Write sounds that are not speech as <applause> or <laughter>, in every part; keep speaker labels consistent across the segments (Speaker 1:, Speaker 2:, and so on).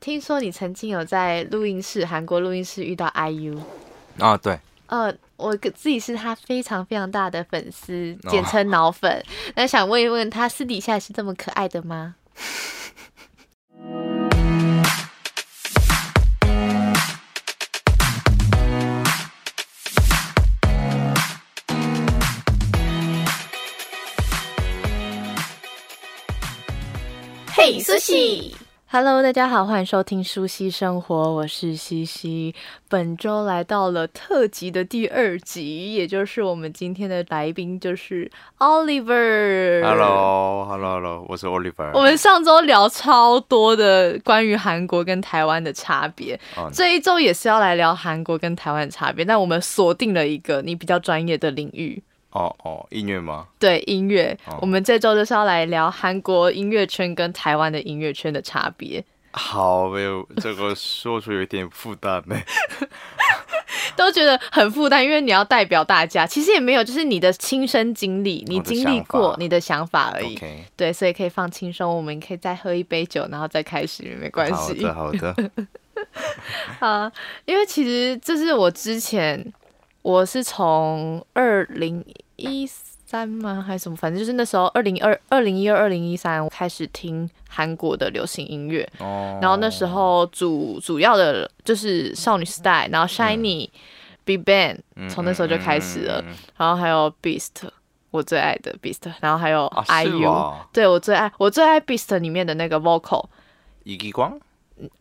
Speaker 1: 听说你曾经有在录音室，韩国录音室遇到 IU。
Speaker 2: 啊，对，
Speaker 1: 呃，我个自己是他非常非常大的粉丝，
Speaker 2: 哦
Speaker 1: 简称脑粉。那想问一问，他私底下是这么可爱的吗？
Speaker 3: 嘿，苏西，
Speaker 1: Hello，大家好，欢迎收听《舒西生活》，我是西西。本周来到了特辑的第二集，也就是我们今天的来宾就是 Oliver。
Speaker 4: Hello，Hello，Hello，我是
Speaker 1: 我
Speaker 4: Oliver。
Speaker 1: 们上周聊超多的关于韩国跟台湾的差别，
Speaker 4: 哦
Speaker 1: 这一周也是要来聊韩国跟台湾的差别，但我们锁定了一个你比较专业的领域。
Speaker 4: 哦哦，音乐吗？
Speaker 1: 对音乐，
Speaker 4: 哦
Speaker 1: 我们这周就是要来聊韩国音乐圈跟台湾的音乐圈的差别。
Speaker 4: 好，没
Speaker 1: <laughs>
Speaker 4: 有这个说出有一点负担呢。
Speaker 1: 都觉得很负担，因为你要代表大家，其实也没有，就是你的亲身经历，你经历
Speaker 4: 我的想
Speaker 1: 过
Speaker 4: 法
Speaker 1: 你的想法而已。
Speaker 4: OK，
Speaker 1: 对，所以可以放轻松，我们可以再喝一杯酒，然后再开始，没关
Speaker 4: 好
Speaker 1: 系。
Speaker 4: 的好
Speaker 1: <laughs>
Speaker 4: 的。
Speaker 1: 啊，因为其实这是我之前，我是从二零一三吗还是什么，反正就是那时候二零二二零一二二零一三开始听韩国的流行音乐，
Speaker 4: 哦
Speaker 1: 然后那时候主主要的就是少女时代，
Speaker 4: 嗯
Speaker 1: 然后 Shiny、Big Bang，从那时候就开始了，
Speaker 4: 嗯嗯嗯嗯
Speaker 1: 然后还有 Beast，我最爱的 Beast，然后还有
Speaker 4: 啊
Speaker 1: IU，、
Speaker 4: 是哦
Speaker 1: 对我最爱我最爱 Beast 里面的那个 vocal，
Speaker 4: 一激光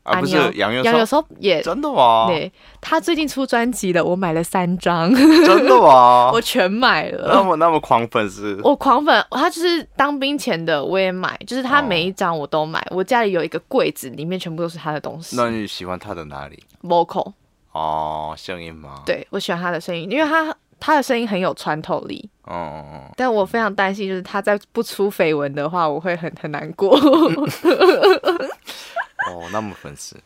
Speaker 1: 啊
Speaker 4: 啊，不是
Speaker 1: 你有
Speaker 4: 杨佑哦
Speaker 1: 杨有
Speaker 4: 松，
Speaker 1: 时候也
Speaker 4: 真
Speaker 1: <laughs>
Speaker 4: 的吗？
Speaker 1: 对，他最近出专辑了，我买了三张，
Speaker 4: <laughs> 真的吗？
Speaker 1: 我全买
Speaker 4: <laughs> 那
Speaker 1: 了。
Speaker 4: 么那么狂粉丝，
Speaker 1: 我狂粉，他就是当兵前的我也买，就是他
Speaker 4: 哦
Speaker 1: 每一张我都买。我家里有一个柜子，里面全部都是他的东西。
Speaker 4: 那你喜欢他的哪里？
Speaker 1: vocal，
Speaker 4: 哦，声音吗？，
Speaker 1: 对我喜欢他的声音，因为他他的声音很有穿透力。
Speaker 4: 哦哦
Speaker 1: 但我非常担心，就是他再不出绯闻的话，我会很很难
Speaker 4: <laughs>
Speaker 1: 过。
Speaker 4: 哦，那么粉丝，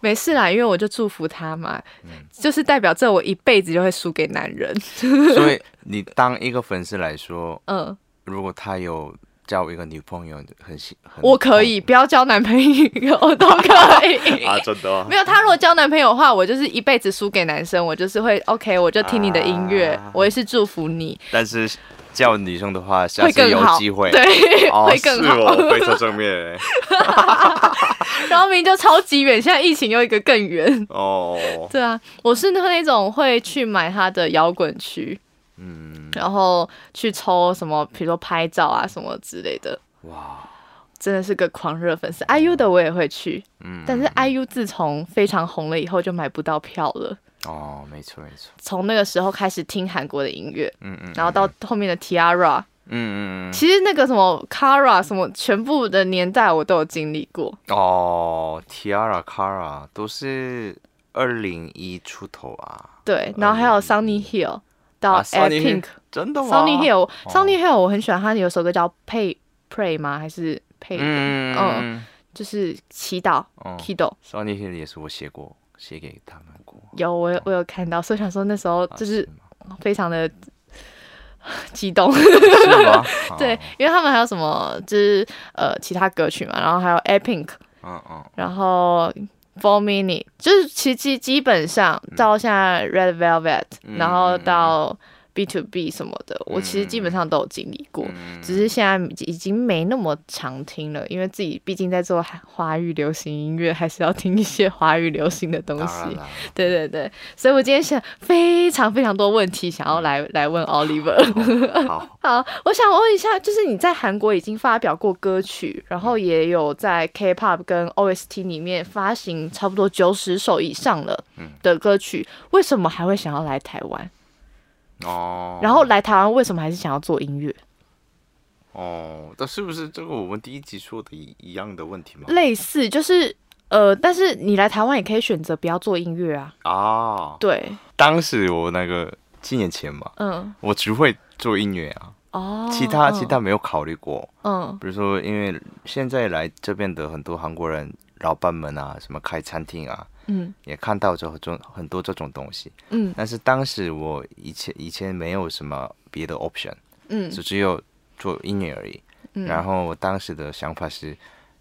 Speaker 1: 没事啦，因为我就祝福他嘛，
Speaker 4: 嗯
Speaker 1: 就是代表这我一辈子就会输给男人。
Speaker 4: 所以你当一个粉丝来说，
Speaker 1: 嗯，
Speaker 4: 如果他有交一个女朋友，很喜，很
Speaker 1: 我可以不要交男朋友， <laughs> 我都可以。 <laughs>
Speaker 4: 啊，真的哦
Speaker 1: 没有，他如果交男朋友的话，我就是一辈子输给男生，我就是会 OK，我就听你的音乐，
Speaker 4: 啊
Speaker 1: 我也是祝福你，
Speaker 4: 但是叫女生的话，下
Speaker 1: 会
Speaker 4: 次
Speaker 1: 更
Speaker 4: 有
Speaker 1: 好，
Speaker 4: 机会，
Speaker 1: 对，
Speaker 4: 哦，
Speaker 1: <laughs> 会更
Speaker 4: 是
Speaker 1: 好。
Speaker 4: <laughs> 哦，非常正面
Speaker 1: 然后明明就超级远，现在疫情又一个更远。
Speaker 4: <laughs> 哦。
Speaker 1: 对啊，我是那种会去买他的摇滚区，
Speaker 4: 嗯，
Speaker 1: 然后去抽什么，比如说拍照啊什么之类的。
Speaker 4: 哇，
Speaker 1: 真的是个狂热粉丝，IU 的我也会去，
Speaker 4: 嗯
Speaker 1: 但是 IU 自从非常红了以后就买不到票了。
Speaker 4: 哦，没错没错，
Speaker 1: 从那个时候开始听韩国的音乐，
Speaker 4: 嗯嗯，
Speaker 1: 然后到后面的 Tiara，
Speaker 4: 嗯嗯嗯，
Speaker 1: 其实那个什么 Kara 什么全部的年代我都有经历过，
Speaker 4: 哦，Tiara、Kara 都是二零一出头啊，
Speaker 1: 对，然后还有 Sunny Hill 到
Speaker 4: 啊，Sunny Hill
Speaker 1: Pink，Sunny、
Speaker 4: 真的吗哦
Speaker 1: Hill，Sunny、Hill 我很喜欢，他有首歌叫 Pay Pray 吗？还是 Pay？、
Speaker 4: 嗯嗯嗯
Speaker 1: 就是祈祷、
Speaker 4: 哦
Speaker 1: Kido。
Speaker 4: ，Sunny Hill 也是我写过，写给他们过，
Speaker 1: 有我有我有看到，所以想说那时候
Speaker 4: 哦啊
Speaker 1: 就是
Speaker 4: 吗
Speaker 1: 非常的激动，
Speaker 4: 哦是 <laughs> 吗？
Speaker 1: <laughs> 对
Speaker 4: 哦，，
Speaker 1: 因为他们还有什么就是呃其他歌曲嘛，然后还有 A Pink，
Speaker 4: 嗯嗯，
Speaker 1: 然后 Four Minute，就是其基基本上到现在 Red Velvet，、
Speaker 4: 嗯
Speaker 1: 然后到 B to B 什么的，我其实基本上都有经历过，
Speaker 4: 嗯
Speaker 1: 只是现在已经没那么常听了，因为自己毕竟在做华语流行音乐，还是要听一些华语流行的东
Speaker 4: 当然
Speaker 1: 西。
Speaker 4: 啦，
Speaker 1: <laughs> 对对对，所以我今天想非常非常多问题想要来来问 Oliver。 <laughs>
Speaker 4: 哦好，
Speaker 1: 好，我想问一下，就是你在韩国已经发表过歌曲，然后也有在 K-pop 跟 OST 里面发行差不多九十首以上了
Speaker 4: 嗯
Speaker 1: 的歌曲，为什么还会想要来台湾？
Speaker 4: 哦，
Speaker 1: 然后来台湾为什么还是想要做音乐？
Speaker 4: 哦，那是不是这个我们第一集说的一一样的问题吗？
Speaker 1: 类似就是呃，但是你来台湾也可以选择不要做音乐啊。
Speaker 4: 啊，
Speaker 1: 对，
Speaker 4: 当时我那个七年前嘛，
Speaker 1: 嗯，
Speaker 4: 我只会做音乐啊，
Speaker 1: 哦，
Speaker 4: 其他
Speaker 1: 嗯
Speaker 4: 其，他没有考虑过。
Speaker 1: 嗯
Speaker 4: 比如说，因为现在来这边的很多韩国人老板们啊，什么开餐厅啊，
Speaker 1: 嗯
Speaker 4: 也看到这种很多这种东西。
Speaker 1: 嗯
Speaker 4: 但是当时我以前以前没有什么别的 option，
Speaker 1: 嗯
Speaker 4: 就只有做音乐而已。
Speaker 1: 嗯
Speaker 4: 然后我当时的想法是，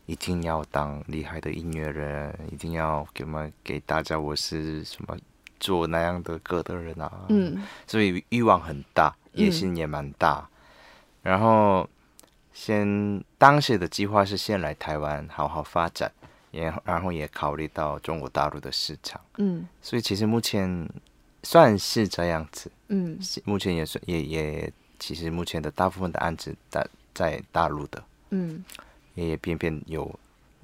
Speaker 4: 一定要当厉害的音乐人，一定要给我们给大家我是什么做那样的歌的人啊，，
Speaker 1: 嗯，
Speaker 4: 所以欲望很大，野心也蛮大。
Speaker 1: 嗯
Speaker 4: 然后先当时的计划是先来台湾好好发展，也然后也考虑到中国大陆的市场，
Speaker 1: 嗯
Speaker 4: 所以其实目前算是这样子，
Speaker 1: 嗯
Speaker 4: 是目前也算也也其实目前的大部分的案子在在大陆的，
Speaker 1: 嗯
Speaker 4: 也偏偏有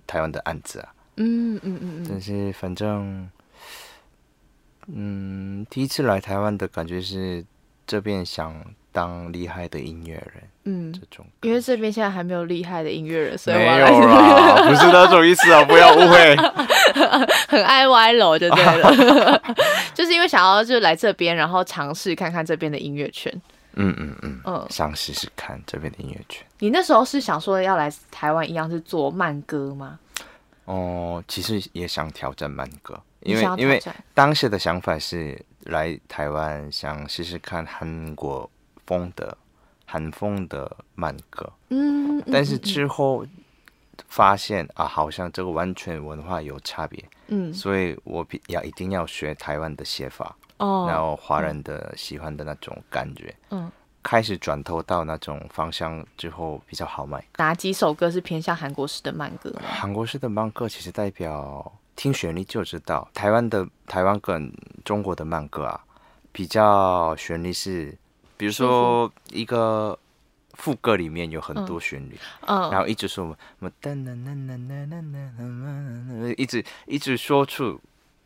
Speaker 4: 台湾的案子啊。
Speaker 1: 嗯嗯嗯
Speaker 4: 但
Speaker 1: 嗯，
Speaker 4: 是反正，嗯，第一次来台湾的感觉是这边想当厉害的音乐人这
Speaker 1: 嗯，
Speaker 4: 种感觉，
Speaker 1: 因为这边现在还没有厉害的音乐人，所以我
Speaker 4: 没
Speaker 1: 要
Speaker 4: 有
Speaker 1: 来
Speaker 4: <laughs> 啦，不是那种意思啊，不要误会。
Speaker 1: 很爱歪楼就对了，
Speaker 4: <laughs>
Speaker 1: <laughs> 就是因为想要就来这边，然后尝试看看这边的音乐圈。
Speaker 4: <laughs> 嗯嗯嗯，
Speaker 1: 嗯，
Speaker 4: 想试试看这边的音乐圈。
Speaker 1: 你那时候是想说要来台湾一样是做慢歌吗？
Speaker 4: 哦，其实也想挑战慢歌，
Speaker 1: 你
Speaker 4: 因为
Speaker 1: 想要
Speaker 4: 因为
Speaker 1: 挑战
Speaker 4: 当时的想法是来台湾想试试看韩国风的韩风的慢歌。
Speaker 1: 嗯，嗯
Speaker 4: 但是之后发现啊，好像这个完全文化有差别，
Speaker 1: 嗯
Speaker 4: 所以我比要一定要学台湾的写法，然
Speaker 1: 哦，
Speaker 4: 后华人的喜欢的那种感觉。
Speaker 1: 嗯，
Speaker 4: 开始转头到那种方向之后比较好卖。
Speaker 1: 哪几首歌是偏向韩国式的慢歌吗？
Speaker 4: 韩国式的慢歌其实代表听旋律就知道，台湾的台湾跟中国的慢歌啊，比较旋律是，比如说一个副歌里面有很多旋律，然
Speaker 1: 嗯
Speaker 4: 后一直说我噔噔噔噔噔噔噔噔，一直一直说出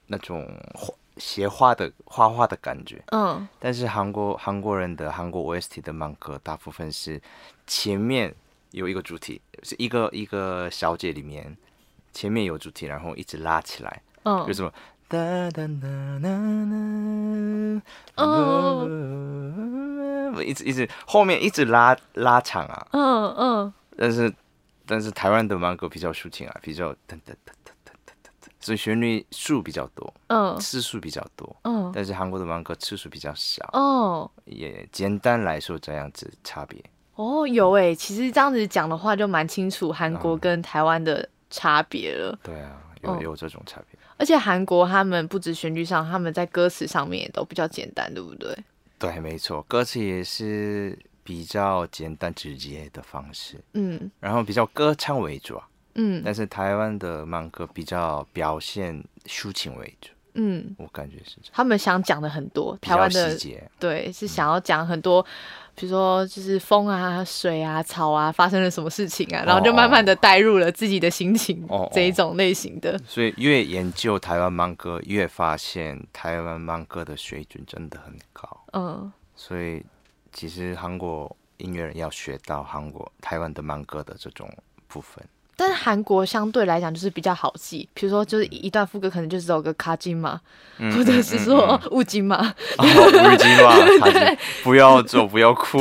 Speaker 4: 那种画斜画的画画的感觉。
Speaker 1: 嗯
Speaker 4: 但是韩国韩国人的韩国 OST 的慢歌，大部分是前面有一个主题，是一个一个小姐里面，前面有主题，然后一直拉起来，
Speaker 1: 嗯
Speaker 4: 有什么哒哒哒哒哒，
Speaker 1: 哦
Speaker 4: 一直一直后面一直拉拉长啊，
Speaker 1: 嗯嗯，
Speaker 4: 但是但是台湾的慢歌比较抒情啊，比较噔噔噔噔噔噔噔噔，所以旋律数比较多，
Speaker 1: 嗯
Speaker 4: 次数比较多。
Speaker 1: 嗯
Speaker 4: 但是韩国的慢歌次数比较少，
Speaker 1: 哦
Speaker 4: 也简单来说这样子差别。
Speaker 1: 哦，有诶、其实这样子讲的话，就蛮清楚韩国跟台湾的差别了。
Speaker 4: 对啊，
Speaker 1: 哦
Speaker 4: 有有这种差别。
Speaker 1: 而且韩国他们不止旋律上，他们在歌词上面也都比较简单，对不对？
Speaker 4: 对，没错，歌词也是比较简单直接的方式，
Speaker 1: 嗯
Speaker 4: 然后比较歌唱为主啊。
Speaker 1: 嗯
Speaker 4: 但是台湾的慢歌比较表现抒情为主，
Speaker 1: 嗯，
Speaker 4: 我感觉是这样，
Speaker 1: 他们想讲的很多，
Speaker 4: 比
Speaker 1: 台湾
Speaker 4: 较
Speaker 1: 的
Speaker 4: 细节。
Speaker 1: 对是想要讲很多，比如说就是风啊、水啊、草啊发生了什么事情啊，然后就慢慢的带入了自己的心情
Speaker 4: 哦哦哦
Speaker 1: 这一种类型的。
Speaker 4: 所以越研究台湾慢歌，越发现台湾慢歌的水准真的很高。
Speaker 1: 嗯
Speaker 4: 所以其实韩国音乐人要学到韩国、台湾的慢歌的这种部分。
Speaker 1: 但是韩国相对来讲就是比较好记，比如说就是一段副歌可能就只有个卡金嘛，
Speaker 4: 嗯
Speaker 1: 或者是说乌金嘛，
Speaker 4: 无金嘛，
Speaker 1: <laughs>
Speaker 4: 他是不要走，不要哭，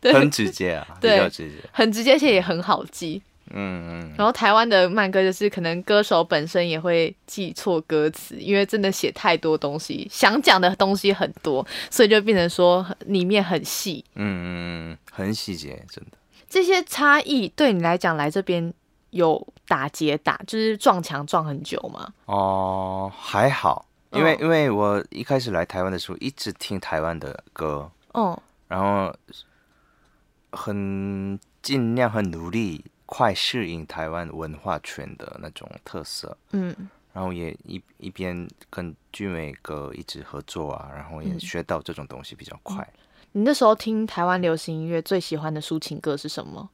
Speaker 1: 对
Speaker 4: 很直接啊，比
Speaker 1: 对
Speaker 4: 较直接。
Speaker 1: 很直接，而且也很好记。
Speaker 4: 嗯嗯，
Speaker 1: 然后台湾的慢歌就是可能歌手本身也会记错歌词，因为真的写太多东西，想讲的东西很多，所以就变成说里面很细。
Speaker 4: 嗯嗯嗯，很细节，真的。
Speaker 1: 这些差异对你来讲来这边有打结打，就是撞墙撞很久吗？
Speaker 4: 哦，还好，因为
Speaker 1: 嗯
Speaker 4: 因为我一开始来台湾的时候，一直听台湾的歌，
Speaker 1: 哦，
Speaker 4: 然后很尽量很努力，快适应台湾文化圈的那种特色，
Speaker 1: 嗯
Speaker 4: 然后也一一边跟俊美哥一直合作啊，然后也
Speaker 1: 嗯
Speaker 4: 学到这种东西比较快。
Speaker 1: 你那时候听台湾流行音乐最喜欢的抒情歌是什么？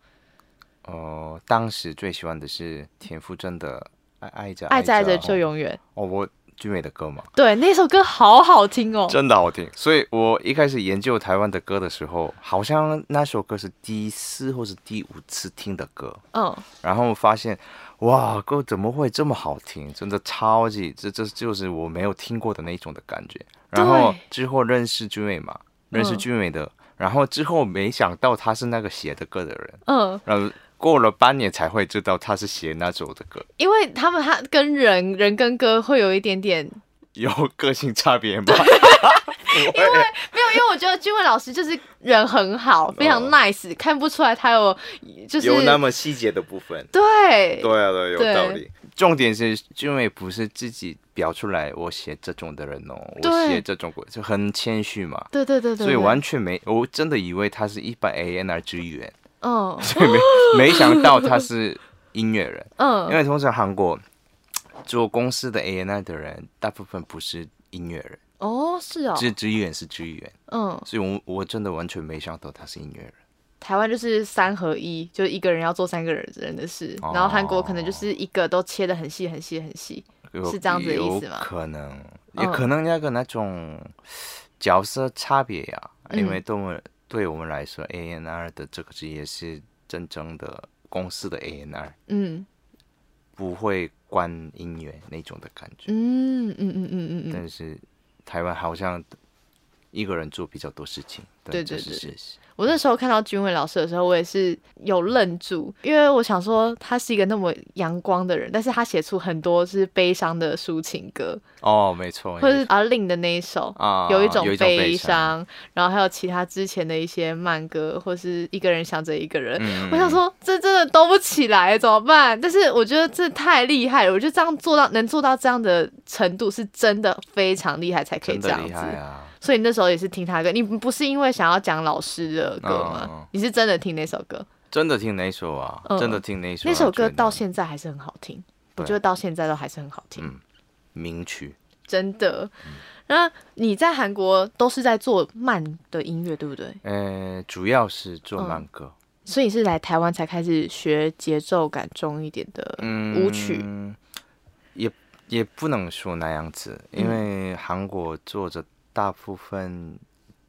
Speaker 4: 哦，当时最喜欢的是田馥甄的《爱爱着
Speaker 1: 爱着爱着
Speaker 4: 哦
Speaker 1: 就永远。
Speaker 4: 哦，我俊美的歌嘛，
Speaker 1: 对，那首歌好好听哦。
Speaker 4: 真的好听。所以我一开始研究台湾的歌的时候，好像那首歌是第四或是第五次听的歌，
Speaker 1: 嗯
Speaker 4: 然后发现哇，歌怎么会这么好听？真的超级，这这就是我没有听过的那一种的感觉。然后
Speaker 1: 对
Speaker 4: 之后认识俊美嘛，认识
Speaker 1: 嗯
Speaker 4: 俊美的，然后之后没想到他是那个写的歌的人，
Speaker 1: 嗯，
Speaker 4: 然后过了半年才会知道他是写那首的歌。
Speaker 1: 因为他们他跟人人跟歌会有一点点
Speaker 4: 有个性差别吗？因为
Speaker 1: 没有，因为我觉得君文老师就是人很好，非常 nice，、看不出来他有就是
Speaker 4: 嗯有那么细节的部分。
Speaker 1: 对
Speaker 4: 对啊，对，有
Speaker 1: 对
Speaker 4: 道理。重点是因为不是自己表出来，我写这种的人哦，我
Speaker 1: 对
Speaker 4: 写这种鬼就很谦虚嘛，
Speaker 1: 对对对对，
Speaker 4: 所以完全没，我真的以为他是一般 ANR 职 <laughs> 员，
Speaker 1: 嗯
Speaker 4: 所以没没想到他是音乐人，因
Speaker 1: 嗯
Speaker 4: 为通常韩国做公司的 ANR 的人，大部分不是音乐人，
Speaker 1: 哦是哦，
Speaker 4: 只职员是职员，
Speaker 1: 嗯，
Speaker 4: 所以我我真的完全没想到他是音乐人。
Speaker 1: 台湾就是三合一，就一个人要做三个人人的事，
Speaker 4: 哦
Speaker 1: 然后韩国可能就是一个都切的很细很细很细，
Speaker 4: 有
Speaker 1: 是这样子的意思
Speaker 4: 有
Speaker 1: 吗
Speaker 4: 可能，
Speaker 1: 嗯
Speaker 4: 也可能那个那种角色差别呀、
Speaker 1: 嗯
Speaker 4: 因为对我们对我们来说，A N R 的这个职业是真正的公司的 A N R，
Speaker 1: 嗯
Speaker 4: 不会关音乐那种的感觉。
Speaker 1: 嗯嗯嗯嗯嗯嗯，
Speaker 4: 但是台湾好像一个人做比较多事情，
Speaker 1: 对
Speaker 4: 这
Speaker 1: 对
Speaker 4: 是
Speaker 1: 对
Speaker 4: 事实。
Speaker 1: 我那时候看到君伟老师的时候，我也是有愣住，因为我想说他是一个那么阳光的人，但是他写出很多是悲伤的抒情歌，
Speaker 4: 哦，没错，
Speaker 1: 或者是阿令的那一首。
Speaker 4: 啊，
Speaker 1: 有一种
Speaker 4: 悲伤，
Speaker 1: 伤，然后还有其他之前的一些慢歌，或是一个人想着一个人。
Speaker 4: 嗯
Speaker 1: 我想，说，这真的兜不起来，怎么办？但是我觉得这太厉害了，我觉得这样做到能做到这样的程度，是真的非常厉害才可以
Speaker 4: 真
Speaker 1: 这
Speaker 4: 的
Speaker 1: 样
Speaker 4: 厉
Speaker 1: 子。
Speaker 4: 害啊！
Speaker 1: 所以你那时候也是听他的歌，你不是因为想要讲老师的歌吗？
Speaker 4: 嗯嗯嗯
Speaker 1: 你是真的听那首歌，
Speaker 4: 真的听那首啊，
Speaker 1: 嗯
Speaker 4: 真的听那首啊，
Speaker 1: 那首歌
Speaker 4: 觉得
Speaker 1: 到现在还是很好听，我
Speaker 4: 对
Speaker 1: 觉得到现在都还是很好听，
Speaker 4: 嗯名曲。
Speaker 1: 真的。那你在韩国都是在做慢的音乐，对不对？
Speaker 4: 呃，主要是做
Speaker 1: 嗯
Speaker 4: 慢歌，
Speaker 1: 所以你是来台湾才开始学节奏感重一点的
Speaker 4: 嗯，
Speaker 1: 舞曲，
Speaker 4: 也也不能说那样子，因为
Speaker 1: 嗯
Speaker 4: 韩国作者大部分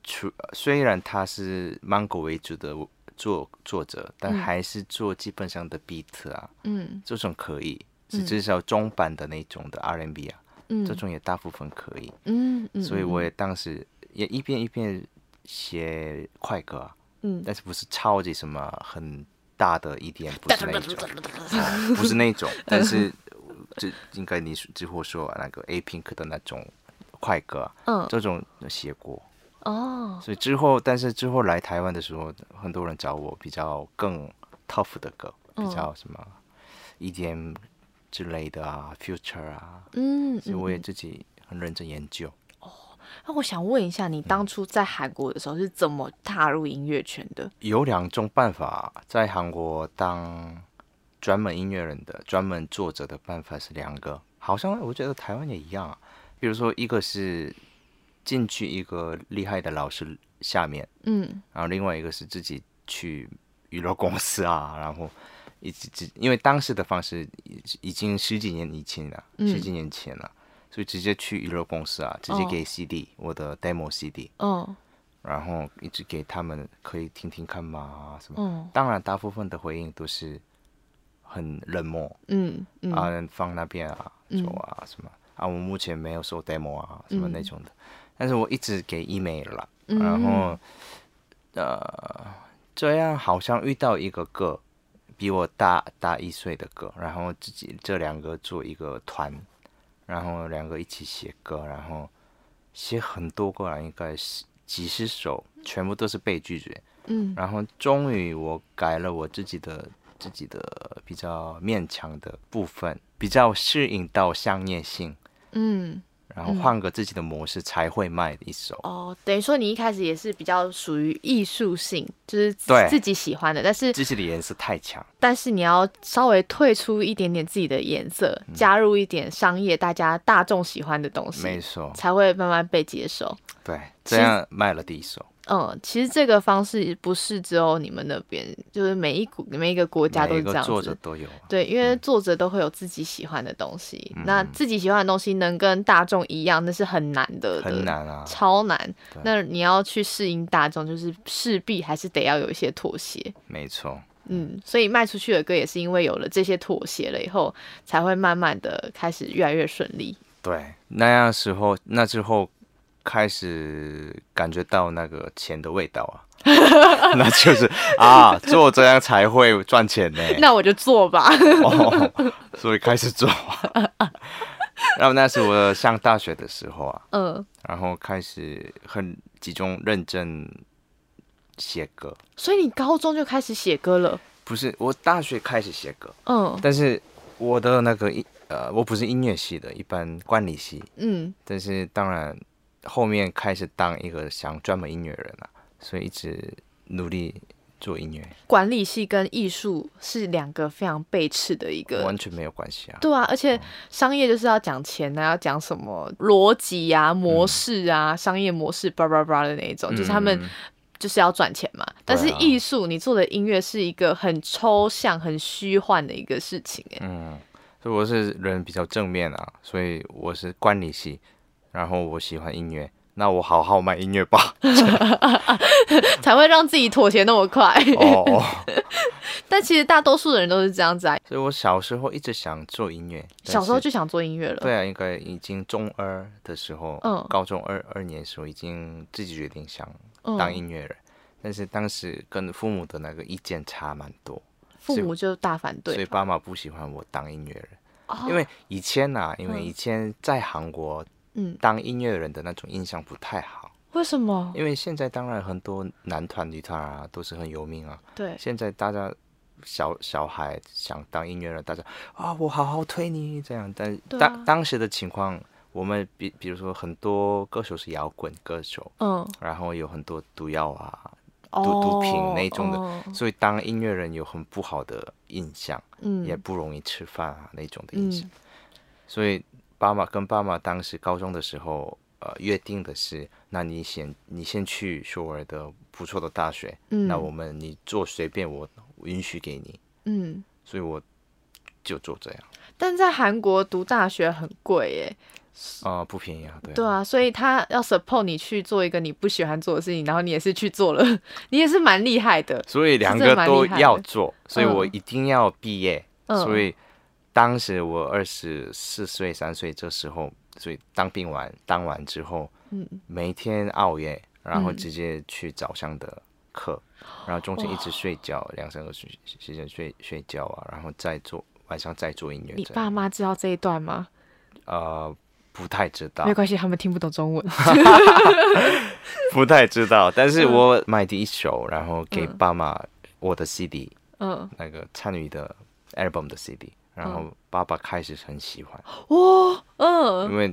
Speaker 4: 除虽然他是慢歌为主的作作者，但还是做基本上的 beat 啊，
Speaker 1: 嗯
Speaker 4: 这种可以，
Speaker 1: 嗯
Speaker 4: 是至少中版的那种的 R&B 啊，
Speaker 1: 嗯
Speaker 4: 这种也大部分可以，
Speaker 1: 嗯嗯，
Speaker 4: 所以
Speaker 1: 嗯
Speaker 4: 我也当时也一遍一遍写快歌、啊。
Speaker 1: 嗯
Speaker 4: 但是不是超级什么很大的 EDM，不是那一
Speaker 1: <laughs>
Speaker 4: 种，哦不是那一种，
Speaker 1: 嗯
Speaker 4: 但是这应该你之后说那个 A Pink 的那种快歌，啊
Speaker 1: 嗯
Speaker 4: 这种写过，
Speaker 1: 哦
Speaker 4: 所以之后，但是之后来台湾的时候，很多人找我比较更 tough 的歌，
Speaker 1: 嗯
Speaker 4: 比较什么 EDM 之类的啊，Future 啊，
Speaker 1: 嗯，
Speaker 4: 所以我也
Speaker 1: 嗯
Speaker 4: 自己很认真研究。
Speaker 1: 那我想问一下，你当初在韩国的时候是怎么踏入音乐圈的？
Speaker 4: 有两种办法，在韩国当专门音乐人的、专门作者的办法是两个，好像我觉得台湾也一样啊。比如说，一个是进去一个厉害的老师下面，
Speaker 1: 嗯
Speaker 4: 然后另外一个是自己去娱乐公司啊，然后一直直，因为当时的方式已已经十几年以前了，
Speaker 1: 嗯
Speaker 4: 十几年前了，所以直接去娱乐公司啊，直接
Speaker 1: 哦
Speaker 4: 给 CD、我的 demo CD，
Speaker 1: 嗯
Speaker 4: 然后一直给他们可以听听看嘛什么。
Speaker 1: 嗯
Speaker 4: 当然，大部分的回应都是很冷漠、
Speaker 1: 嗯嗯
Speaker 4: 啊，放那边啊，
Speaker 1: 嗯
Speaker 4: 走啊、什么啊，我目前没有收 demo 啊，什么
Speaker 1: 嗯
Speaker 4: 那种的。但是我一直给 email 了，
Speaker 1: 嗯
Speaker 4: 然后呃，这样好像遇到一个个比我大大一岁的歌，然后自己这两个做一个团，然后两个一起写歌，然后写很多个啊，应该是几十首，全部都是被拒绝。
Speaker 1: 嗯
Speaker 4: 然后终于我改了我自己的自己的比较勉强的部分，比较适应到商业性，
Speaker 1: 嗯
Speaker 4: 然后换个自己的模式才会卖一首。
Speaker 1: 哦，等于说你一开始也是比较属于艺术性，就是自
Speaker 4: 对
Speaker 1: 自己喜欢的，但是
Speaker 4: 自己的颜色太强，
Speaker 1: 但是你要稍微退出一点点自己的颜色，
Speaker 4: 嗯
Speaker 1: 加入一点商业大家大众喜欢的东
Speaker 4: 没
Speaker 1: 西，
Speaker 4: 错，
Speaker 1: 才会慢慢被接受。
Speaker 4: 对，
Speaker 1: 其
Speaker 4: 这样卖了第一首，
Speaker 1: 嗯，其实这个方式不是只有你们那边，就是每一股每一个国家都
Speaker 4: 每一
Speaker 1: 是这
Speaker 4: 个
Speaker 1: 样
Speaker 4: 作
Speaker 1: 子
Speaker 4: 者。都有啊。
Speaker 1: 对，因为作者都会有自己喜欢的东西，
Speaker 4: 嗯
Speaker 1: 那自己喜欢的东西能跟大众一样，那是很难的，
Speaker 4: 很，难啊，
Speaker 1: 超难
Speaker 4: 对。
Speaker 1: 那你要去适应大众，就是势必还是得要有一些妥协。
Speaker 4: 没错，
Speaker 1: 嗯，所以卖出去的歌也是因为有了这些妥协了以后，才会慢慢的开始越来越顺利。
Speaker 4: 对，那样时候，那之后开始感觉到那个钱的味道啊， <laughs> 那就是啊，做这样才会赚钱呢。 <laughs>
Speaker 1: 那我就做吧。
Speaker 4: 哦，所以开始做。 <laughs> 然后那是我上大学的时候啊，
Speaker 1: <laughs> 嗯，
Speaker 4: 然后开始很集中认真写歌，
Speaker 1: 所以你高中就开始写歌了，
Speaker 4: 不是我大学开始写歌，
Speaker 1: 嗯
Speaker 4: 但是我的那个音呃，我不是音乐系的，一般管理系，
Speaker 1: 嗯，
Speaker 4: 但是当然后面开始当一个想专门音乐人了、所以一直努力做音乐，
Speaker 1: 管理系跟艺术是两个非常背斥的一个
Speaker 4: 完全没有关系啊。
Speaker 1: 对啊，而且商业就是要讲钱啊，要讲什么逻辑
Speaker 4: 嗯
Speaker 1: 啊、模式啊、商业模式，叭叭叭的那一种，就是他们
Speaker 4: 嗯
Speaker 1: 就是要赚钱嘛。但是
Speaker 4: 对啊
Speaker 1: 艺术，你做的音乐是一个很抽象、很虚幻的一个事情、欸，
Speaker 4: 嗯，所以我是人比较正面啊，所以我是管理系，然后我喜欢音乐，那我好好买音
Speaker 1: <laughs>
Speaker 4: 乐吧。
Speaker 1: <laughs> 才会让自己妥协那么快。
Speaker 4: <laughs> 哦哦，
Speaker 1: 但其实大多数的人都是这样子啊，
Speaker 4: 所以我小时候一直想做音乐，但
Speaker 1: 小时候
Speaker 4: 是
Speaker 1: 就想做音乐了。
Speaker 4: 对啊，应该已经中二的时候，
Speaker 1: 嗯
Speaker 4: 高中二二年的时候已经自己决定想当
Speaker 1: 嗯，
Speaker 4: 音乐人，但是当时跟父母的那个意见差蛮多，
Speaker 1: 父母就大反
Speaker 4: 所以
Speaker 1: 对吧。
Speaker 4: 爸妈不喜欢我当音乐人，
Speaker 1: 哦
Speaker 4: 因为以前呐、因为
Speaker 1: 嗯
Speaker 4: 以前在韩国
Speaker 1: 嗯，
Speaker 4: 当音乐人的那种印象不太好。
Speaker 1: 为什么？
Speaker 4: 因为现在当然很多男团、女团啊都是很有名啊。
Speaker 1: 对，
Speaker 4: 现在大家小小孩想当音乐人，大家啊，我好好推你这样。但
Speaker 1: 对啊
Speaker 4: 当当时的情况，我们比比如说很多歌手是摇滚歌手，
Speaker 1: 嗯，
Speaker 4: 然后有很多毒药啊，
Speaker 1: 哦
Speaker 4: 毒品那种的
Speaker 1: 哦
Speaker 4: 所以当音乐人有很不好的印象，
Speaker 1: 嗯，
Speaker 4: 也不容易吃饭啊那种的印象。
Speaker 1: 嗯
Speaker 4: 所以爸妈跟爸妈当时高中的时候，呃，约定的是，那你先你先去首尔的不错的大学，
Speaker 1: 嗯
Speaker 4: 那我们你做随便我我允许给你，
Speaker 1: 嗯，
Speaker 4: 所以我就做这样，
Speaker 1: 但在韩国读大学很贵欸耶、
Speaker 4: 啊、不便宜啊，对啊
Speaker 1: 对啊，所以他要 support 你去做一个你不喜欢做的事情，然后你也是去做了， <laughs> 你也是蛮厉害的。
Speaker 4: 所以两
Speaker 1: 这
Speaker 4: 个
Speaker 1: 蛮
Speaker 4: 都
Speaker 1: 厉害的
Speaker 4: 要做，所以
Speaker 1: 嗯
Speaker 4: 我一定要毕业，
Speaker 1: 嗯
Speaker 4: 所以当时我二十四岁、三岁这时候，所以当兵完当完之后，
Speaker 1: 嗯，
Speaker 4: 每天熬夜，然后
Speaker 1: 嗯
Speaker 4: 直接去早上的课，然后中间一直睡觉，两三个时时间睡睡觉啊，然后再做晚上再做音乐
Speaker 1: 你
Speaker 4: 这样，
Speaker 1: 爸妈知道这一段吗？
Speaker 4: 呃，不太知道
Speaker 1: 没，关系，他们听不懂
Speaker 4: <laughs>
Speaker 1: 中文。
Speaker 4: 不太知道，但是我买第一首，然后给
Speaker 1: 嗯
Speaker 4: 爸妈我的 CD，、
Speaker 1: 嗯，
Speaker 4: 那个参与的 album 的 CD，然后爸爸开始很喜欢，
Speaker 1: 哇、
Speaker 4: 哦
Speaker 1: 嗯，
Speaker 4: 因为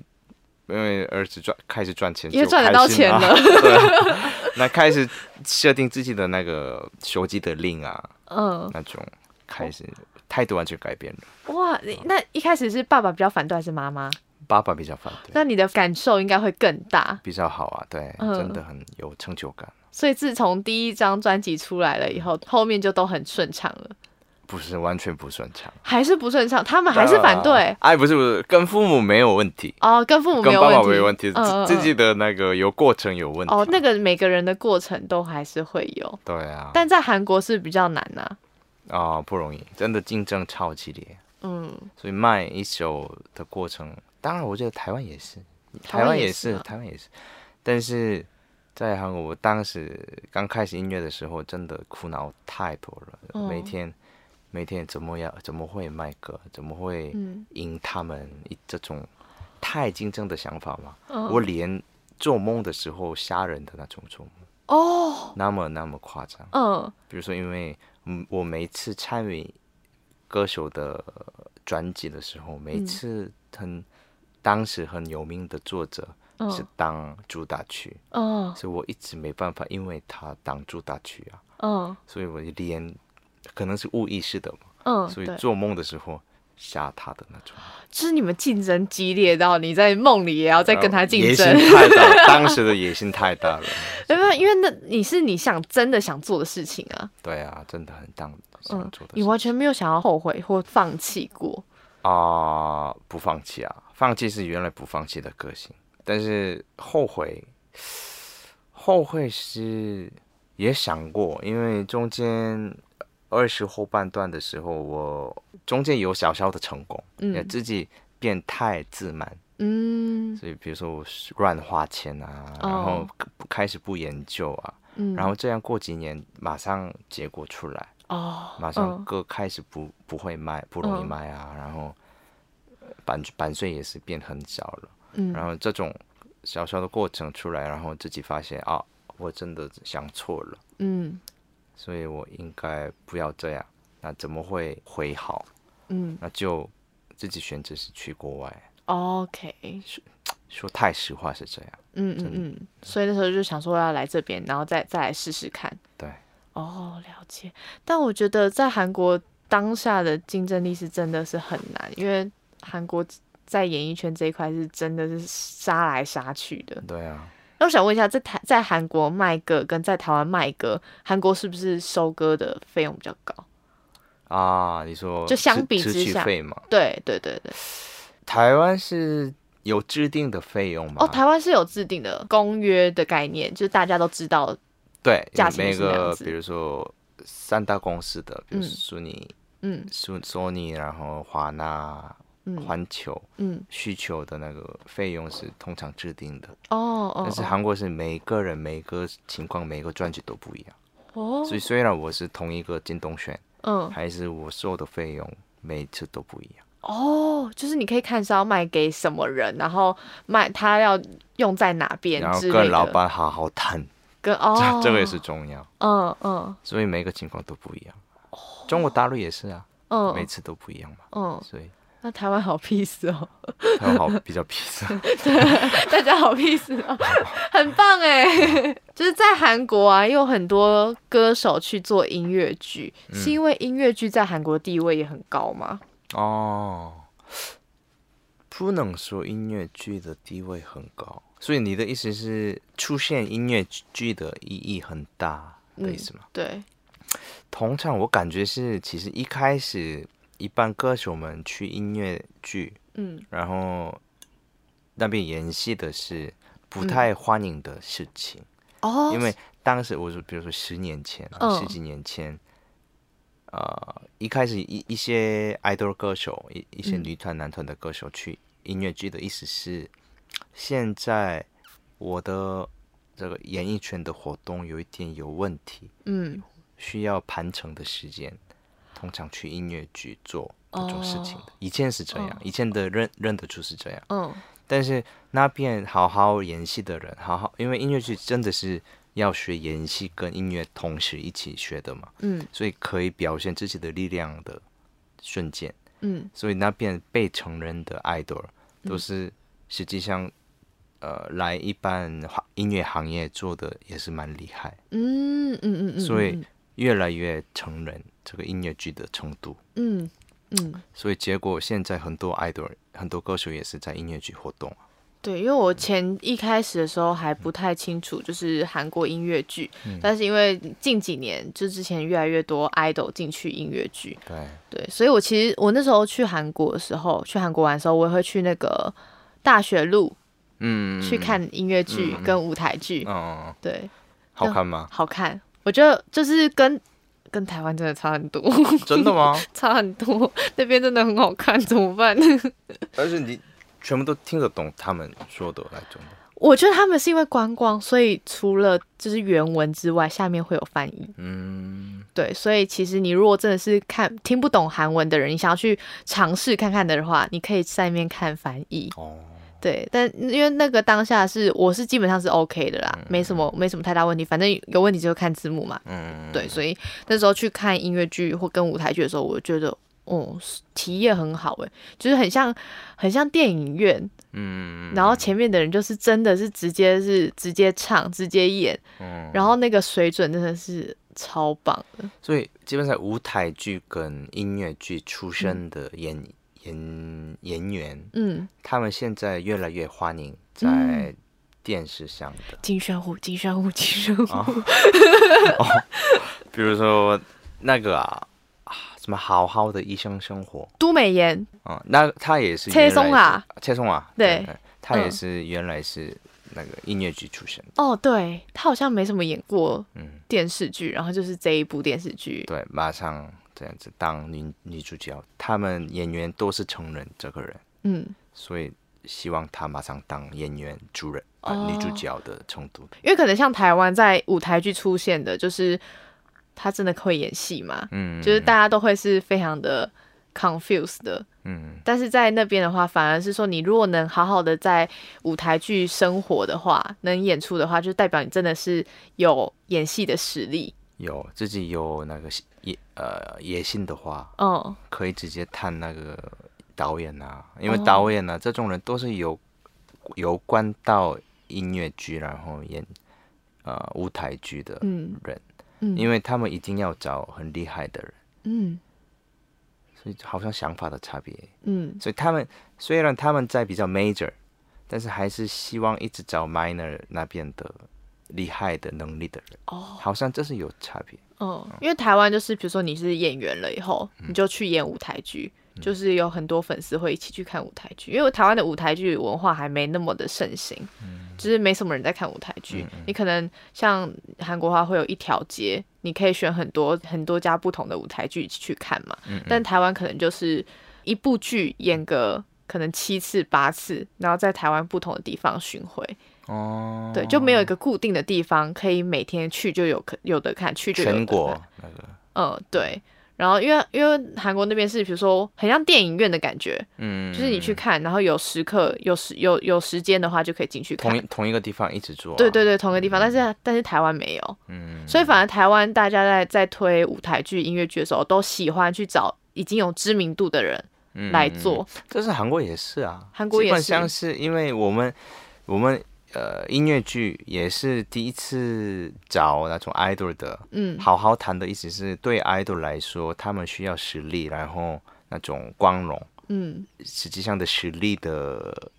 Speaker 4: 因为儿子赚开始赚钱就
Speaker 1: 因为
Speaker 4: 开
Speaker 1: 赚得到
Speaker 4: 心
Speaker 1: 钱
Speaker 4: 了，
Speaker 1: 了
Speaker 4: <laughs> 对啊，那开始设定自己的那个手机的令啊，
Speaker 1: 嗯，
Speaker 4: 那种开始态度完全改变了。
Speaker 1: 哇，你那一开始是爸爸比较反对还是妈妈？
Speaker 4: 爸爸比较反对，
Speaker 1: 那你的感受应该会更大。
Speaker 4: 比较好啊，对，
Speaker 1: 嗯
Speaker 4: 真的很有成就感。
Speaker 1: 所以自从第一张专辑出来了以后，后面就都很顺畅了，
Speaker 4: 不是完全不顺畅，
Speaker 1: 还是不顺畅？他们还是反对
Speaker 4: 啊。哎，不是不是，跟父母没有问题，
Speaker 1: 哦，跟父母没
Speaker 4: 跟
Speaker 1: 有
Speaker 4: 爸
Speaker 1: 问
Speaker 4: 爸
Speaker 1: 题，
Speaker 4: 没有问题，
Speaker 1: 嗯
Speaker 4: 自自己的那个有过程有问题。
Speaker 1: 哦，那个每个人的过程都还是会有，
Speaker 4: 对啊，
Speaker 1: 但在韩国是比较难呐、
Speaker 4: 啊、不容易，真的竞争超激烈，
Speaker 1: 嗯，
Speaker 4: 所以卖一首的过程，当然我觉得台湾也是，
Speaker 1: 台
Speaker 4: 台
Speaker 1: 湾
Speaker 4: 湾
Speaker 1: 也
Speaker 4: 也
Speaker 1: 是
Speaker 4: 是
Speaker 1: 啊，
Speaker 4: 台湾也是，但是在韩国，我当时刚开始音乐的时候，真的苦恼太多了，
Speaker 1: 哦
Speaker 4: 每天每天怎么样，怎么会卖歌，怎么会
Speaker 1: 嗯
Speaker 4: 赢他们，一这种太竞争的想法嘛，
Speaker 1: 嗯
Speaker 4: 我连做梦的时候吓人的那种做梦，
Speaker 1: 哦，
Speaker 4: 那么那么夸张。
Speaker 1: 嗯
Speaker 4: 比如说，因为嗯，我每一次参与歌手的专辑的时候，每一
Speaker 1: 嗯
Speaker 4: 次很、当时很有名的作者是
Speaker 1: 嗯
Speaker 4: 当主打曲，
Speaker 1: 嗯
Speaker 4: 所以我一直没办法，因为他当主打曲啊，
Speaker 1: 嗯
Speaker 4: 所以我连可能是无意识的嘛，
Speaker 1: 嗯，
Speaker 4: 所
Speaker 1: 对，
Speaker 4: 以做梦的时候吓他的那种，
Speaker 1: 就是你们竞争激烈到你在梦里也要再跟
Speaker 4: 呃
Speaker 1: 他竞争
Speaker 4: 野，心太大，当时的野心太大了，
Speaker 1: <laughs> 没有，因为那你是你想真的想做的事情啊，
Speaker 4: 对啊，真的很当想
Speaker 1: 嗯
Speaker 4: 做的，事
Speaker 1: 你完全没有想要后悔或放弃过，
Speaker 4: 啊、不放弃啊！放弃是原来不放弃的个性，但是后悔，后悔是也想过，因为中间二十后半段的时候，我中间有小小的成功，也
Speaker 1: 嗯
Speaker 4: 自己变太自满，
Speaker 1: 嗯
Speaker 4: 所以比如说我是乱花钱啊，然后
Speaker 1: 哦
Speaker 4: 开始不研究啊，
Speaker 1: 嗯，
Speaker 4: 然后这样过几年，马上结果出来。
Speaker 1: 哦，
Speaker 4: 马
Speaker 1: 嗯
Speaker 4: 上歌开始不不会卖，不容易
Speaker 1: 嗯
Speaker 4: 卖啊，然后呃版版税也是变很小了。
Speaker 1: 嗯
Speaker 4: 然后这种小小的过程出来，然后自己发现啊，我真的想错了，
Speaker 1: 嗯
Speaker 4: 所以我应该不要这样。那怎么会回好？
Speaker 1: 嗯
Speaker 4: 那就自己选择是去国外。
Speaker 1: ，OK，嗯
Speaker 4: 说太实话是这样，
Speaker 1: 嗯嗯，所以那时候就想说要来这边，然后再再来试试看。
Speaker 4: 对，
Speaker 1: 哦，了解。但我觉得在韩国当下的竞争力是真的是很难，因为韩国在演艺圈这一块是真的是杀来杀去的。
Speaker 4: 对啊，
Speaker 1: 那我想问一下，在台在韩国卖歌跟在台湾卖歌，韩国是不是收歌的费用比较高？
Speaker 4: 啊，你说
Speaker 1: 就相比
Speaker 4: 支
Speaker 1: 之
Speaker 4: 取
Speaker 1: 下
Speaker 4: 费嘛，
Speaker 1: 对对对对。
Speaker 4: 台湾是有制定的费用嘛？
Speaker 1: 哦，台湾是有制定的公约的概念，就是大家都知道。
Speaker 4: 对
Speaker 1: 价，钱
Speaker 4: 每
Speaker 1: 是那样
Speaker 4: 个
Speaker 1: 子
Speaker 4: 比如说三大公司的，比
Speaker 1: 嗯
Speaker 4: 如索尼、
Speaker 1: 嗯
Speaker 4: 索索尼，然后华纳、
Speaker 1: 嗯
Speaker 4: 环球
Speaker 1: 嗯，
Speaker 4: 需求的那个费用是通常制定的，
Speaker 1: 哦哦，
Speaker 4: 但是韩国是每个人每个情况每个专辑都不一样，
Speaker 1: 哦，
Speaker 4: 所以虽然我是同一个京东选，
Speaker 1: 嗯
Speaker 4: 还是我收的费用每一次都不一样。
Speaker 1: 哦，就是你可以看是要卖给什么人，然后卖他要用在哪边
Speaker 4: 然后
Speaker 1: 之类的。
Speaker 4: 跟老板好好谈，
Speaker 1: 跟哦，
Speaker 4: <laughs> 这这个也是重要，
Speaker 1: 嗯嗯
Speaker 4: 所以每个情况都不一样。
Speaker 1: 哦
Speaker 4: 中国大陆也是啊，每
Speaker 1: 嗯
Speaker 4: 次都不一样嘛，
Speaker 1: 嗯，
Speaker 4: 所以
Speaker 1: 那台湾好 peace 哦，
Speaker 4: 他们好比较 <laughs> peace。
Speaker 1: 大家好 peace 哦，很棒哎。 <laughs> 就是在韩国啊，也有很多歌手去做音乐剧，
Speaker 4: 嗯
Speaker 1: 是因为音乐剧在韩国地位也很高吗？
Speaker 4: 哦，不能说音乐剧的地位很高，所以你的意思是出现音乐剧的意义很大的意思吗？
Speaker 1: 对，
Speaker 4: 通常我感觉是，其实一开始一般歌手们去音乐剧，
Speaker 1: 嗯
Speaker 4: 然后那边演戏的是不太欢迎的事情，
Speaker 1: 哦，
Speaker 4: 因为当时我说，比如说十年前、啊
Speaker 1: 嗯
Speaker 4: 十几年前，呃，一开始一一些 idol 歌手，一一些
Speaker 1: 嗯
Speaker 4: 女团、男团的歌手去音乐剧的意思是，现在我的这个演艺圈的活动有一点有问题，
Speaker 1: 嗯
Speaker 4: 需要盘成的时间，通常去音乐剧做这种事情
Speaker 1: 哦
Speaker 4: 的。以前是这样，以前的认认得出是这样，
Speaker 1: 嗯
Speaker 4: 但是那边好好演戏的人，好好，因为音乐剧真的是要学演戏跟音乐同时一起学的嘛，
Speaker 1: 嗯
Speaker 4: 所以可以表现自己的力量的瞬间。
Speaker 1: 嗯
Speaker 4: 所以那边被承认的 idol 都是实际上，呃，来一般行音乐行业做的也是蛮厉害。
Speaker 1: 嗯嗯嗯嗯，
Speaker 4: 所以越来越成人这个音乐剧的程度，
Speaker 1: 嗯嗯，
Speaker 4: 所以结果现在很多 idol 很多歌手也是在音乐剧活动啊。
Speaker 1: 对，因为我前一开始的时候还不太清楚，就是韩国音乐剧，
Speaker 4: 嗯
Speaker 1: 但是因为近几年就之前越来越多 idol 进去音乐剧，
Speaker 4: 对，
Speaker 1: 对，所以我其实我那时候去韩国的时候，去韩国玩的时候，我也会去那个大学路
Speaker 4: 嗯
Speaker 1: 去，看音乐剧跟舞台剧，
Speaker 4: 嗯，
Speaker 1: 对，
Speaker 4: 好看 <laughs> 吗？
Speaker 1: 好看，我觉得就是跟跟台湾真的差很多， <laughs>
Speaker 4: 真的吗？
Speaker 1: 差很多，那边真的很好看，怎么办？ <laughs>
Speaker 4: 但是你全部都听得懂他们说的那种的。
Speaker 1: 我觉得他们是因为观光，所以除了就是原文之外，下面会有翻译。
Speaker 4: 嗯，
Speaker 1: 对，所以其实你如果真的是看听不懂韩文的人，你想要去尝试看看的话，你可以在那边看翻译。
Speaker 4: 哦，
Speaker 1: 对，但因为那个当下是我是基本上是 OK 的啦，没什么没什么太大问题，反正有问题就看字幕嘛。
Speaker 4: 嗯，
Speaker 1: 对，所以那时候去看音乐剧或跟舞台剧的时候，我觉得哦、是体验很好诶，就是很像很像电影院，
Speaker 4: 嗯，
Speaker 1: 然后前面的人就是真的是直接是直接唱直接演，
Speaker 4: 嗯，
Speaker 1: 然后那个水准真的是超棒的。
Speaker 4: 所以基本上舞台剧跟音乐剧出身的演、演演员，
Speaker 1: 嗯，
Speaker 4: 他们现在越来越欢迎在电视上的。
Speaker 1: 金宣虎，金宣虎，金宣虎。
Speaker 4: 比如说那个啊，啊什么好好的医生生活
Speaker 1: 都美妍，
Speaker 4: 啊、那他也是
Speaker 1: 切
Speaker 4: 原来
Speaker 1: 松啊
Speaker 4: 是，切松啊，
Speaker 1: 对，
Speaker 4: 他也
Speaker 1: 嗯
Speaker 4: 是原来是那个音乐剧出身的，
Speaker 1: 哦，对他好像没什么演过
Speaker 4: 嗯，
Speaker 1: 电视剧，然后就是这一部电视剧。
Speaker 4: 对，马上这样子当女女主角，他们演员都是承认这个人，
Speaker 1: 嗯，
Speaker 4: 所以希望他马上当演员主人啊、
Speaker 1: 哦
Speaker 4: 女主角的程度，
Speaker 1: 因为可能像台湾在舞台剧出现的，就是他真的会演戏嘛，
Speaker 4: 嗯，
Speaker 1: 就是大家都会是非常的 confused 的。
Speaker 4: 嗯，
Speaker 1: 但是在那边的话，反而是说你如果能好好的在舞台剧生活的话，能演出的话，就代表你真的是有演戏的实力。
Speaker 4: 有自己有那个野呃野心的话，
Speaker 1: 嗯，
Speaker 4: 可以直接探那个导演啊，因为
Speaker 1: 哦
Speaker 4: 导演呢、这种人都是有有关到音乐剧，然后演呃舞台剧的
Speaker 1: 嗯
Speaker 4: 人，
Speaker 1: 嗯
Speaker 4: 因为他们一定要找很厉害的人，
Speaker 1: 嗯
Speaker 4: 所以好像想法的差别，
Speaker 1: 嗯
Speaker 4: 所以他们虽然他们在比较 major，但是还是希望一直找 minor 那边的厉害的能力的人，
Speaker 1: 哦
Speaker 4: 好像这是有差别，
Speaker 1: 哦，因为台湾就是比如说你是演员了以后，
Speaker 4: 嗯
Speaker 1: 你就去演舞台剧。就是有很多粉丝会一起去看舞台剧，因为台湾的舞台剧文化还没那么的盛行，
Speaker 4: 嗯
Speaker 1: 就是没什么人在看舞台剧。你可能像韩国话会有一条街，你可以选很多很多家不同的舞台剧去看嘛。
Speaker 4: 嗯
Speaker 1: 但台湾可能就是一部剧演个可能七次八次，然后在台湾不同的地方巡回。
Speaker 4: 哦，
Speaker 1: 对，就没有一个固定的地方可以每天去就有可有的看，去就有得
Speaker 4: 全国
Speaker 1: 看
Speaker 4: 那个，
Speaker 1: 嗯，对。然后因为因为韩国那边是比如说很像电影院的感觉，
Speaker 4: 嗯，
Speaker 1: 就是你去看，然后有时刻有时有有时间的话就可以进去看
Speaker 4: 同一。同一个地方一直做、啊
Speaker 1: 对对，对，同个地方，但是但是台湾没有，
Speaker 4: 嗯，
Speaker 1: 所以反而台湾大家在在推舞台剧、音乐剧的时候，都喜欢去找已经有知名度的人
Speaker 4: 嗯
Speaker 1: 来做。
Speaker 4: 这是韩国也是啊，
Speaker 1: 韩国也是
Speaker 4: 基本上是因为我们我们呃音乐剧也是第一次找那种 idol 的，
Speaker 1: 嗯
Speaker 4: 好好谈的意思是对 idol 来说，他们需要实力，然后那种光荣，
Speaker 1: 嗯
Speaker 4: 实际上的实力的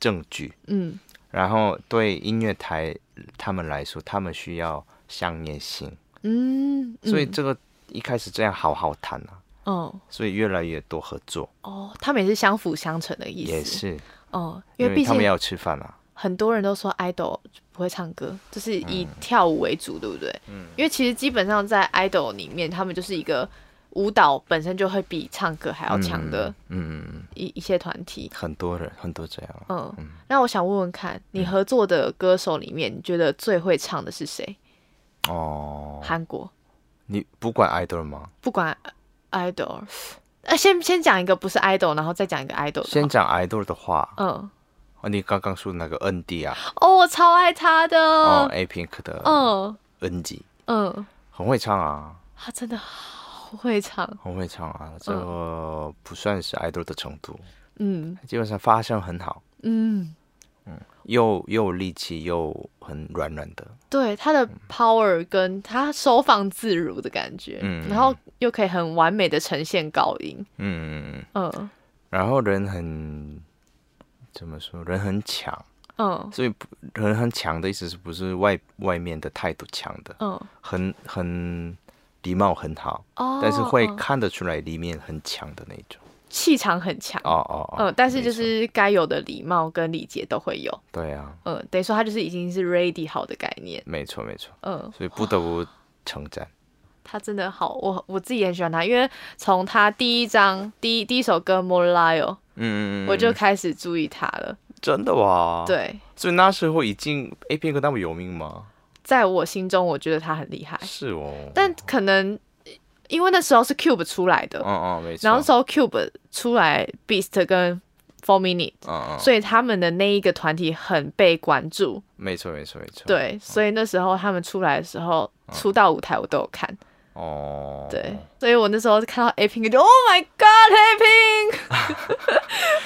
Speaker 4: 证据。
Speaker 1: 嗯
Speaker 4: 然后对音乐台他们来说，他们需要商业性，
Speaker 1: 嗯，
Speaker 4: 所以
Speaker 1: 嗯
Speaker 4: 这个一开始这样好好谈啊，
Speaker 1: 哦
Speaker 4: 所以越来越多合作
Speaker 1: 哦，他们也是相辅相成的意思。
Speaker 4: 也是，
Speaker 1: 哦，因
Speaker 4: 因
Speaker 1: 为毕
Speaker 4: 为他
Speaker 1: 竟
Speaker 4: 们要吃饭啊。
Speaker 1: 很多人都说 idol 不会唱歌，就是
Speaker 4: 嗯
Speaker 1: 以跳舞为主，对不对？嗯，因为其实基本上在 idol 里面，他们就是一个舞蹈本身就会比唱歌还要强的
Speaker 4: 嗯，嗯，嗯
Speaker 1: 一、一些团体。
Speaker 4: 很多人很多这样啊。
Speaker 1: 嗯，那我想问问看，你合作的歌手里面，你觉得最会唱的是谁？
Speaker 4: 哦，
Speaker 1: 韩国，
Speaker 4: 你不管 idol 吗？
Speaker 1: 不管 idol，呃，先先讲一个不是 idol，然后再讲一个 idol 的。
Speaker 4: 先讲 idol 的话，
Speaker 1: 嗯，
Speaker 4: 哦你刚刚说那个 ND 啊，
Speaker 1: 哦，我超爱他的。
Speaker 4: 哦，A Pink 的
Speaker 1: 嗯
Speaker 4: ND
Speaker 1: 嗯，
Speaker 4: 很会唱啊，
Speaker 1: 他真的好会唱。
Speaker 4: 很会唱啊，这个不算是 idol 的程度，
Speaker 1: 嗯
Speaker 4: 基本上发声很好，
Speaker 1: 嗯。
Speaker 4: 又又有力气又很软软的，
Speaker 1: 对他的 power 跟他收放自如的感觉，
Speaker 4: 嗯
Speaker 1: 然后又可以很完美的呈现高音，
Speaker 4: 嗯，
Speaker 1: 嗯
Speaker 4: 然后人很怎么说，人很强，
Speaker 1: 嗯
Speaker 4: 所以不人很强的意思是不是外外面的态度强的，
Speaker 1: 嗯
Speaker 4: 很很礼貌很好，
Speaker 1: 哦，
Speaker 4: 但是会
Speaker 1: 嗯
Speaker 4: 看得出来里面很强的那种。
Speaker 1: 气场很强，
Speaker 4: 哦哦哦，
Speaker 1: 嗯，但是
Speaker 4: 没
Speaker 1: 就
Speaker 4: 错
Speaker 1: 是该有的礼貌跟礼节都会有，
Speaker 4: 对啊，
Speaker 1: 嗯，等于说他就是已经是 ready 好的概念，
Speaker 4: 没错没错，
Speaker 1: 嗯，
Speaker 4: 所以不得不称赞。
Speaker 1: 他真的好，我我自己也很喜欢他，因为从他第一张第一第一首歌《m o r i o
Speaker 4: 嗯，
Speaker 1: 我就哦开始注意他了，
Speaker 4: 真的哇，，
Speaker 1: 对，
Speaker 4: 所以那时候已经 A 片跟那么有名吗？
Speaker 1: 在我心中我觉得他很厉害，
Speaker 4: 是哦，
Speaker 1: 哎但可能因为那时候是 Cube 出来的，
Speaker 4: 嗯嗯没错，
Speaker 1: 然后那时候 Cube 出来 Beast 跟 Four Minute，、
Speaker 4: 嗯嗯，
Speaker 1: 所以他们的那一个团体很被关注，
Speaker 4: 没错没错没错，，
Speaker 1: 对，所以那时候他们出来的时候，出道舞台我都有看，
Speaker 4: 哦，
Speaker 1: 对，所以我那时候看到 A Pink 就 Oh my God A Pink，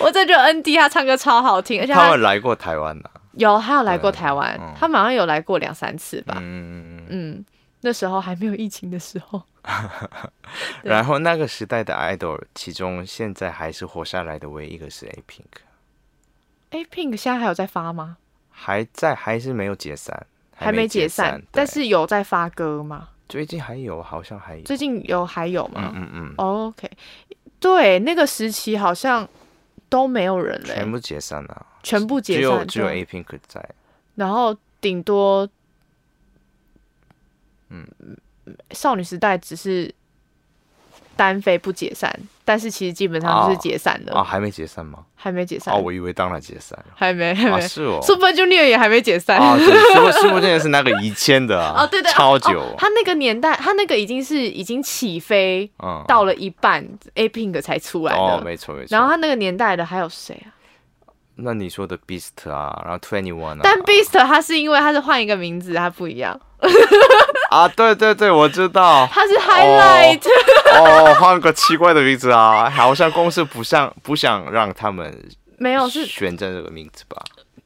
Speaker 1: 我真 <laughs> 的觉得 N D 他唱歌超好听，而且
Speaker 4: 他
Speaker 1: 他
Speaker 4: 们来过台湾呐，
Speaker 1: 有他有来过
Speaker 4: 对
Speaker 1: 台湾，
Speaker 4: 嗯
Speaker 1: 他马上有来过两三次吧，
Speaker 4: 嗯嗯嗯，
Speaker 1: 嗯，那时候还没有疫情的时候， <laughs> 对
Speaker 4: 然后那个时代的 idol，其中现在还是活下来的唯一一个是 A Pink，
Speaker 1: A Pink 现在还有在发吗？
Speaker 4: 还在还是没有解散，
Speaker 1: 还没解
Speaker 4: 散，
Speaker 1: 散
Speaker 4: 对，
Speaker 1: 但是有在发歌吗？
Speaker 4: 最近还有，好像还有，
Speaker 1: 最近啊有还有吗、
Speaker 4: 嗯嗯嗯，
Speaker 1: o k 对，那个时期好像都没有人嘞、
Speaker 4: 全部解散了。
Speaker 1: 全部
Speaker 4: 只
Speaker 1: 解
Speaker 4: 有
Speaker 1: 散，
Speaker 4: 只有
Speaker 1: 对
Speaker 4: A Pink 在，
Speaker 1: 然后顶多，
Speaker 4: 嗯
Speaker 1: 嗯，少女时代只是单飞不解散，但是其实基本上就是解散了，
Speaker 4: 啊，还没解散吗？
Speaker 1: 还没解散，
Speaker 4: 哦，我以为当然解散了。
Speaker 1: 还没还没、
Speaker 4: 啊，
Speaker 1: <laughs>
Speaker 4: 是哦。
Speaker 1: Super Junior 也还没解散。
Speaker 4: 啊，对，说说不定是那个以前的
Speaker 1: <laughs>
Speaker 4: 啊，
Speaker 1: 哦，对对，
Speaker 4: 超
Speaker 1: 哦
Speaker 4: 久
Speaker 1: 哦，他那个年代，他那个已经是已经起飞
Speaker 4: 嗯，
Speaker 1: 到了一半，A Pink 才出来的。
Speaker 4: 哦，没错没嗯错。
Speaker 1: 然后他那个年代的还有谁啊？
Speaker 4: 那你说的 Beast 啊，然后 Twenty One 啊，
Speaker 1: 但 Beast 他是因为他是换一个名字，他不一样，
Speaker 4: 啊，对对对，我
Speaker 1: <laughs>
Speaker 4: 知道。
Speaker 1: 他是 Highlight，、 <laughs>
Speaker 4: 哦，换个奇怪的名字啊，好像公司不想不想让他们
Speaker 1: 没有哦是
Speaker 4: 选这个名字吧？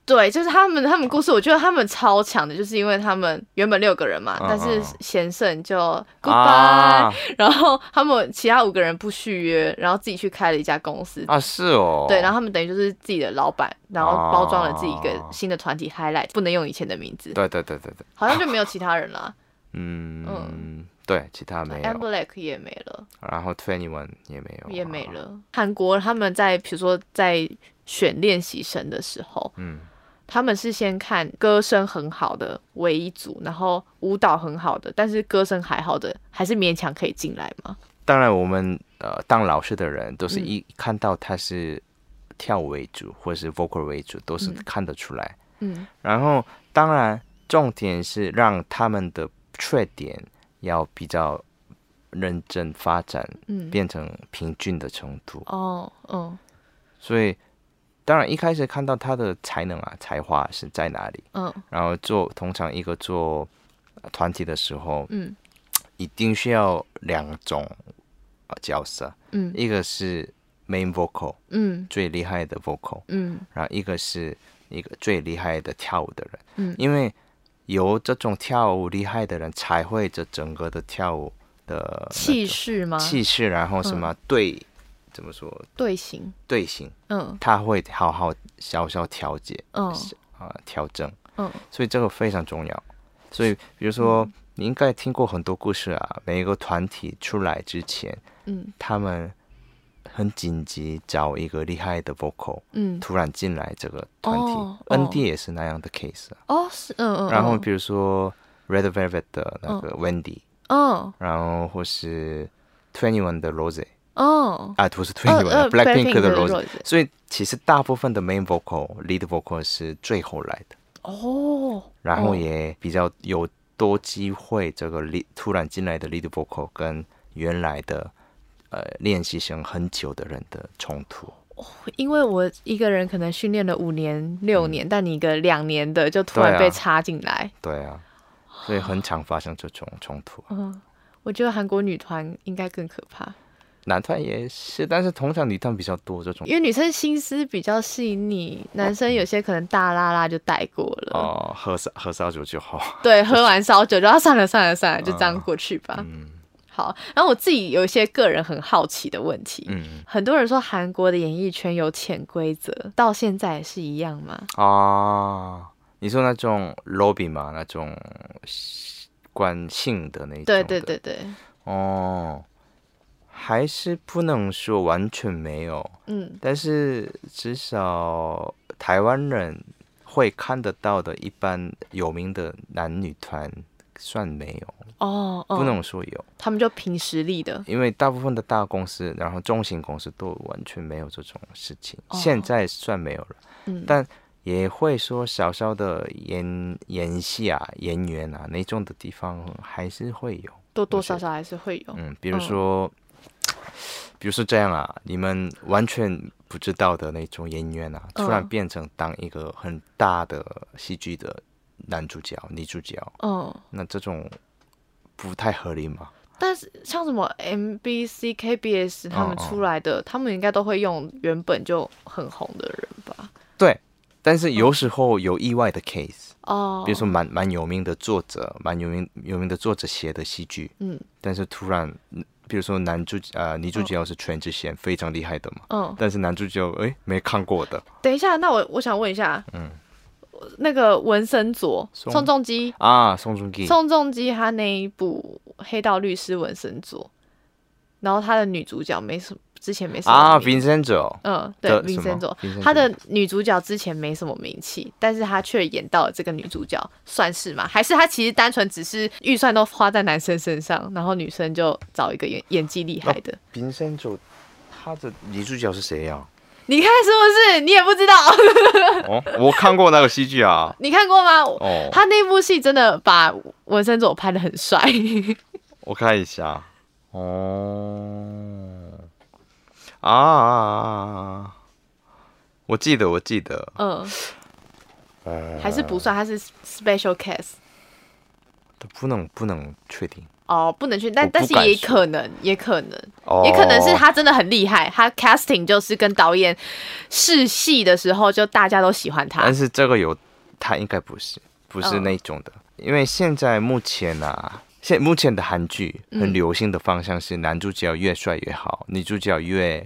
Speaker 1: 对，就是他们他们故事，我觉得他们超强的，就是因为他们原本六个人嘛，
Speaker 4: 嗯
Speaker 1: 但是贤胜就 goodbye，、
Speaker 4: 啊
Speaker 1: 然后他们其他五个人不续约，然后自己去开了一家公司。
Speaker 4: 啊，是哦，
Speaker 1: 对，然后他们等于就是自己的老板，然后包装了自己一个
Speaker 4: 啊
Speaker 1: 新的团体 Highlight，不能用以前的名字，
Speaker 4: 对对对对对，
Speaker 1: 好像就没有其他人了。
Speaker 4: 嗯
Speaker 1: 嗯
Speaker 4: 对，其他 <laughs> 没
Speaker 1: a m b
Speaker 4: 有，
Speaker 1: l a c k 也没了，
Speaker 4: 然后 Twenty One 也没有，
Speaker 1: 也没，了。韩国他们在比如说在选练习生的时候，
Speaker 4: 嗯，
Speaker 1: 他们是先看歌声很好的为一组，然后舞蹈很好的，但是歌声还好的，还是勉强可以进来嘛。
Speaker 4: 当然我们呃当老师的人都是
Speaker 1: 嗯
Speaker 4: 一、看到他是跳舞为主或是 vocal 为主，都是
Speaker 1: 嗯
Speaker 4: 看得出来。
Speaker 1: 嗯
Speaker 4: 然后当然重点是让他们的缺点要比较认真发展，
Speaker 1: 嗯，
Speaker 4: 变成平均的程度。
Speaker 1: 哦嗯
Speaker 4: 所以当然一开始看到他的才能啊、才华是在哪里，
Speaker 1: 嗯
Speaker 4: 然后做通常一个做呃团体的时候，
Speaker 1: 嗯
Speaker 4: 一定需要两种呃角色，
Speaker 1: 嗯
Speaker 4: 一个是 main vocal
Speaker 1: 嗯
Speaker 4: 最厉害的 vocal，
Speaker 1: 嗯
Speaker 4: 然后一个是一个最厉害的跳舞的人，
Speaker 1: 嗯
Speaker 4: 因为有这种跳舞厉害的人才会这整个的跳舞的
Speaker 1: 气势吗？嗯
Speaker 4: 气势，然后什么队、怎么说
Speaker 1: 队形，
Speaker 4: 队形，
Speaker 1: 嗯
Speaker 4: 他会好好小小调节
Speaker 1: 嗯
Speaker 4: 啊、调整，
Speaker 1: 嗯
Speaker 4: 所以这个非常重要。所以比如说、你应该听过很多故事啊，每一个团体出来之前，
Speaker 1: 嗯
Speaker 4: 他们很紧急找一个厉害的 vocal，
Speaker 1: 嗯
Speaker 4: 突然进来这个团体、
Speaker 1: 哦哦
Speaker 4: n d 也是那样的 case 啊。
Speaker 1: 哦是嗯嗯，
Speaker 4: 然后
Speaker 1: 嗯
Speaker 4: 比如说 Red Velvet 的那个 Wendy，、
Speaker 1: 嗯
Speaker 4: 然后或是 Twenty One 的 Rose
Speaker 1: 嗯
Speaker 4: 啊，不是 Twenty
Speaker 1: 呃呃
Speaker 4: One、Blackpink 的 Rose，
Speaker 1: Rose
Speaker 4: 所以其实大部分的 main vocal、lead vocal 是最后来的，
Speaker 1: 哦，
Speaker 4: 然后
Speaker 1: 哦
Speaker 4: 也比较有多机会，这个 lead 突然进来的 lead vocal 跟原来的呃练习生很久的人的冲突。
Speaker 1: 因为我一个人可能训练了五年六
Speaker 4: 嗯
Speaker 1: 年，但你一个两年的就突然
Speaker 4: 对啊
Speaker 1: 被插进来，
Speaker 4: 对啊，所以很常发生这种冲突。
Speaker 1: 嗯，我觉得韩国女团应该更可怕。
Speaker 4: 男团也是，但是通常女团比较多这种
Speaker 1: 因。为女生心思比较细腻，男生有些可能大拉拉就带过了。
Speaker 4: 哦，喝烧喝烧酒就好。
Speaker 1: 对，喝完烧酒就要算了算了算了，就这样过去吧。
Speaker 4: 嗯
Speaker 1: 好，然后我自己有一些个人很好奇的问题，
Speaker 4: 嗯
Speaker 1: 很多人说韩国的演艺圈有潜规则，到现在也是一样吗？
Speaker 4: <laughs> 啊，你说那种 lobby 嘛，那种惯性的那种。
Speaker 1: 对对。对对，
Speaker 4: 哦，还是不能说完全没有，
Speaker 1: 嗯
Speaker 4: 但是至少台湾人会看得到的，一般有名的男女团算没有，
Speaker 1: 哦哦，
Speaker 4: 不能说有。
Speaker 1: 他们就凭实力的，
Speaker 4: 因为大部分的大公司，然后中型公司都完全没有这种事情，
Speaker 1: 哦
Speaker 4: 现在算没有了，
Speaker 1: 嗯
Speaker 4: 但也会说小小的演演戏啊、演员啊那种的地方还是会有，
Speaker 1: 多多少少还是会有。
Speaker 4: 嗯，比如
Speaker 1: 嗯
Speaker 4: 说，比如说这样啊，你们完全不知道的那种演员啊，突然
Speaker 1: 嗯
Speaker 4: 变成当一个很大的戏剧的男主角、女主角，
Speaker 1: 嗯，
Speaker 4: 那这种不太合理嘛？
Speaker 1: 但是像什么 MBC、KBS 他们
Speaker 4: 嗯嗯
Speaker 1: 出来的，他们应该都会用原本就很红的人吧？
Speaker 4: 对，但是
Speaker 1: 嗯
Speaker 4: 有时候有意外的 case。
Speaker 1: 哦，
Speaker 4: 比如说蛮蛮有名的作者，蛮有名有名的作者写的戏剧，
Speaker 1: 嗯
Speaker 4: 但是突然，嗯比如说男主呃女主角是全智贤，非常厉害的嘛，
Speaker 1: 嗯，
Speaker 4: 但是男主角哎没看过的
Speaker 1: 等一下，那我我想问一下，嗯，那个文森佐、
Speaker 4: 宋
Speaker 1: 宋仲基、
Speaker 4: 啊，宋仲基
Speaker 1: 宋仲基他那一部《黑道律师文森佐》，然后他的女主角没什么，之前没什么
Speaker 4: 啊
Speaker 1: 名
Speaker 4: ，Vincenzo
Speaker 1: 嗯，对，
Speaker 4: 的
Speaker 1: 名
Speaker 4: 什么
Speaker 1: 声佐，
Speaker 4: Vincenzo
Speaker 1: 她的女主角之前没什么名气，但是她却演到了这个女主角，算是吗？还是她其实单纯只是预算都花在男生身上，然后女生就找一个演演技厉害的？
Speaker 4: 哦，Vincenzo 他的女主角是
Speaker 1: <laughs>
Speaker 4: 谁呀、
Speaker 1: 你看是不是？你也不知道， <laughs>
Speaker 4: 哦，我看过那个戏剧啊。
Speaker 1: 你看过吗？
Speaker 4: 哦，
Speaker 1: 他那部戏真的把文森佐拍的很帅， <laughs>
Speaker 4: 我看一下。哦，啊啊啊啊！啊我记得，我记得。
Speaker 1: 嗯，
Speaker 4: 呃，
Speaker 1: 还是不算，他是 special cast
Speaker 4: 不能不能确定。
Speaker 1: 哦，不能去，但
Speaker 4: 我不
Speaker 1: 但是
Speaker 4: 敢
Speaker 1: 也
Speaker 4: 说
Speaker 1: 可能，也可能，
Speaker 4: 哦，
Speaker 1: 也可能是他真的很厉害，他 casting 就是跟导演试戏的时候，就大家都喜欢他
Speaker 4: 但。是这个有，他应该不是，不是那种
Speaker 1: 嗯
Speaker 4: 的，因为现在目前啊，现目前的韩剧很流行的方向是男主角越帅越好，女主角越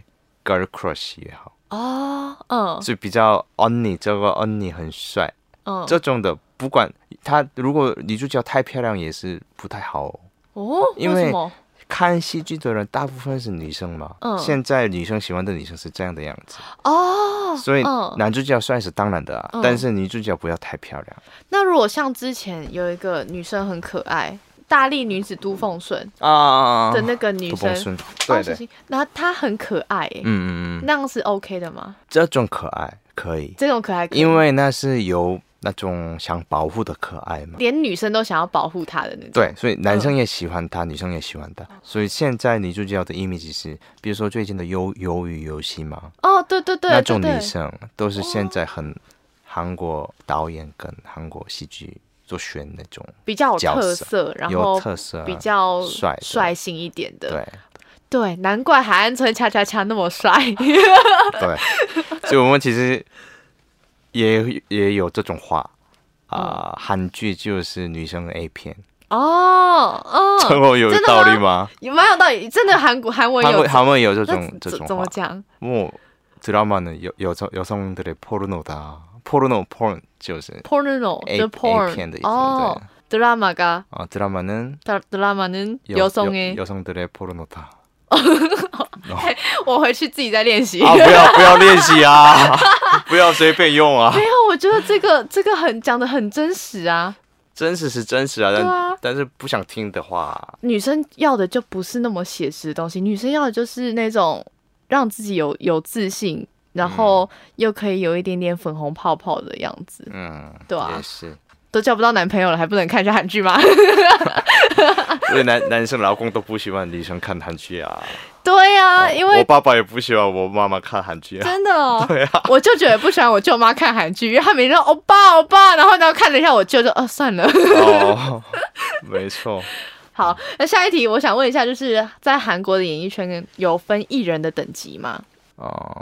Speaker 4: girl crush 越好，
Speaker 1: 哦，嗯
Speaker 4: 就比较 only 这个 only 很帅、
Speaker 1: 嗯，
Speaker 4: 这种的，不管他如果女主角太漂亮也是不太好、哦。
Speaker 1: 哦，
Speaker 4: 因
Speaker 1: 为
Speaker 4: 为
Speaker 1: 什么？
Speaker 4: 看戏剧的人大部分是女生嘛，
Speaker 1: 嗯
Speaker 4: 现在女生喜欢的女生是这样的样子，
Speaker 1: 哦，
Speaker 4: 所以
Speaker 1: 嗯，
Speaker 4: 男主角帅是当然的啊，
Speaker 1: 嗯
Speaker 4: 但是女主角不要太漂亮
Speaker 1: 那如果像之前有一个女生很可爱，大力女子都奉顺
Speaker 4: 啊
Speaker 1: 的那个女
Speaker 4: 杜
Speaker 1: 生
Speaker 4: 崩，孙，
Speaker 1: 哦
Speaker 4: 对
Speaker 1: 小
Speaker 4: 的，
Speaker 1: 心然后她很可爱，哎，
Speaker 4: 嗯嗯嗯，
Speaker 1: 那样是 OK 的吗？
Speaker 4: 这种可爱可以，
Speaker 1: 这种可爱可以，
Speaker 4: 因为那是有那种想保护的可爱嘛。
Speaker 1: 连女生都想要保护她的那种。
Speaker 4: 对，所以男生也喜欢她，女生也喜欢她。
Speaker 1: 嗯
Speaker 4: 所以现在女主角的 image 是，比如说最近的鱿鱿鱼游戏嘛，
Speaker 1: 哦，对对对，
Speaker 4: 那种
Speaker 1: 对
Speaker 4: 女
Speaker 1: 对
Speaker 4: 生都是现在很韩国导演跟韩国戏剧做选那种
Speaker 1: 比较有
Speaker 4: 角
Speaker 1: 特
Speaker 4: 色
Speaker 1: 色，哦然
Speaker 4: 有
Speaker 1: 后
Speaker 4: 特色啊、
Speaker 1: 比较
Speaker 4: 帅的
Speaker 1: 率性一点的。
Speaker 4: 对
Speaker 1: 对，难怪海岸村恰恰恰那么
Speaker 4: <laughs>
Speaker 1: 帅。
Speaker 4: 对，所以我们其实也也有这种话
Speaker 1: 어.
Speaker 4: 啊，韩、剧就是女生的 A 片，
Speaker 1: 哦哦，
Speaker 4: 这么有
Speaker 1: 真的
Speaker 4: 道理吗？
Speaker 1: 有蛮有道理，真的韩国韩文
Speaker 4: 韩
Speaker 1: 有
Speaker 4: 国韩国有这
Speaker 1: 那
Speaker 4: 种这
Speaker 1: 怎
Speaker 4: 种
Speaker 1: 怎
Speaker 4: 话
Speaker 1: 么，讲？
Speaker 4: 뭐 드라마는 여 여성 여성들의 포르노다. 포르노 porn 就是
Speaker 1: porno
Speaker 4: A-
Speaker 1: 就 porn
Speaker 4: A 片的意思，
Speaker 1: 哦，drama가
Speaker 4: 아 드라마는
Speaker 1: 다- drama는
Speaker 4: 여,
Speaker 1: 여성의
Speaker 4: 여, 성들의 포르노다.
Speaker 1: 我回去自己再练习。 <laughs>
Speaker 4: 아
Speaker 1: 没
Speaker 4: 뭐야 뭐야 <laughs> 레시야. 뭐야 随便用啊.
Speaker 1: 有，我觉得这个这个很讲的很真实啊。
Speaker 4: 真实是真实啊，但
Speaker 1: 对啊。
Speaker 4: 但是不想听的话，
Speaker 1: 女生要的就不是那么写实的东西，女生要的就是那种让自己有有自信，然后又可以有一点点粉红泡泡的样子。
Speaker 4: 嗯，
Speaker 1: 对啊。
Speaker 4: 也是。
Speaker 1: 都交不到男朋友了，还不能看一下韩剧吗？
Speaker 4: 哦 <laughs> 因为男男生老公都不喜欢女生看韩剧啊，
Speaker 1: <laughs> 对呀、因
Speaker 4: 哦我
Speaker 1: 为
Speaker 4: 爸爸也不喜欢我妈妈看韩剧啊。
Speaker 1: 真的
Speaker 4: <laughs>
Speaker 1: 哦，我舅舅也不喜欢我舅妈看韩剧，因为他每天说欧巴欧巴，然后然后看了一下我舅就呃算了。 <laughs>
Speaker 4: 哦， <laughs> 没错，
Speaker 1: 好，那下一题我想问一下，就是在韩国的演艺圈有分艺人的等级吗？
Speaker 4: 哦，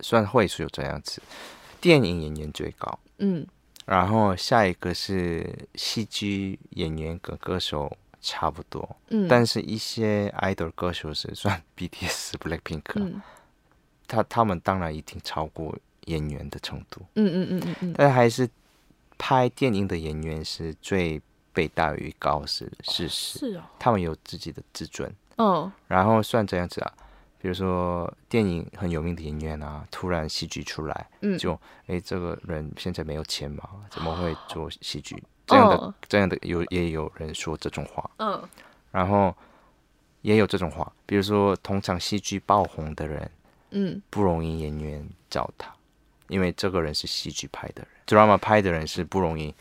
Speaker 4: 算会是有这样子，电影演员最高，
Speaker 1: 嗯，
Speaker 4: 然后下一个是戏剧演员跟歌手差不多，
Speaker 1: 嗯
Speaker 4: 但是一些 idol 歌手是算 <laughs> BTS、BLACKPINK，、啊
Speaker 1: 嗯
Speaker 4: 他他们当然一定超过演员的程度，
Speaker 1: 嗯嗯嗯嗯嗯，
Speaker 4: 但还是拍电影的演员是最被大于高是事实，
Speaker 1: 是
Speaker 4: 他们有自己的自尊，
Speaker 1: 哦，
Speaker 4: 然后算这样子啊，比如说电影很有名的演员啊，突然戏剧出来，
Speaker 1: 嗯
Speaker 4: 就诶，这个人现在没有钱嘛，怎么会做
Speaker 1: <gasps>
Speaker 4: 戏剧？这样的、
Speaker 1: 哦
Speaker 4: 这样的有也有人说这种话，
Speaker 1: 嗯嗯
Speaker 4: 然后也有这种话，比如说通常戏剧爆红的人
Speaker 1: 嗯
Speaker 4: 不容易演员找他，因为这个人是戏剧拍的人，drama 拍的人是不容易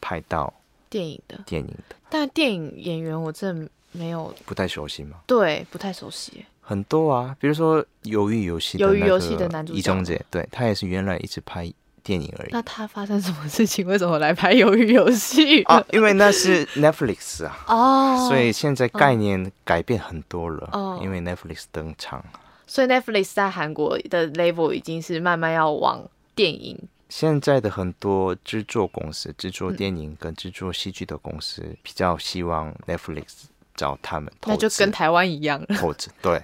Speaker 4: 拍到
Speaker 1: 电影的，
Speaker 4: 电影的，
Speaker 1: 但电影演员我真的没有
Speaker 4: 不太熟悉嘛。
Speaker 1: 对不太熟悉。
Speaker 4: 很多啊，比如说《鱿鱼游戏》
Speaker 1: 鱿
Speaker 4: 的
Speaker 1: 鱼
Speaker 4: 那
Speaker 1: 游戏的
Speaker 4: 个
Speaker 1: 男主
Speaker 4: 一
Speaker 1: 角
Speaker 4: 中姐，对他也是原来一直拍电影而已
Speaker 1: 那他发生什么事情？为什么来拍《鱿鱼游戏》
Speaker 4: <laughs>
Speaker 1: <laughs>
Speaker 4: 啊，因为那是 Netflix 啊，
Speaker 1: 哦，
Speaker 4: 所以现在概念改变很多了，
Speaker 1: 哦
Speaker 4: 因为 Netflix 登场，啊
Speaker 1: 所以 Netflix 在韩国的 level 已经是慢慢要往电影，
Speaker 4: 现在的很多制作公司、制作电影跟制作戏剧的公司比较希望 Netflix 找他们投
Speaker 1: 那
Speaker 4: 资，
Speaker 1: 就跟台湾一样了。
Speaker 4: 投资 <laughs> 对，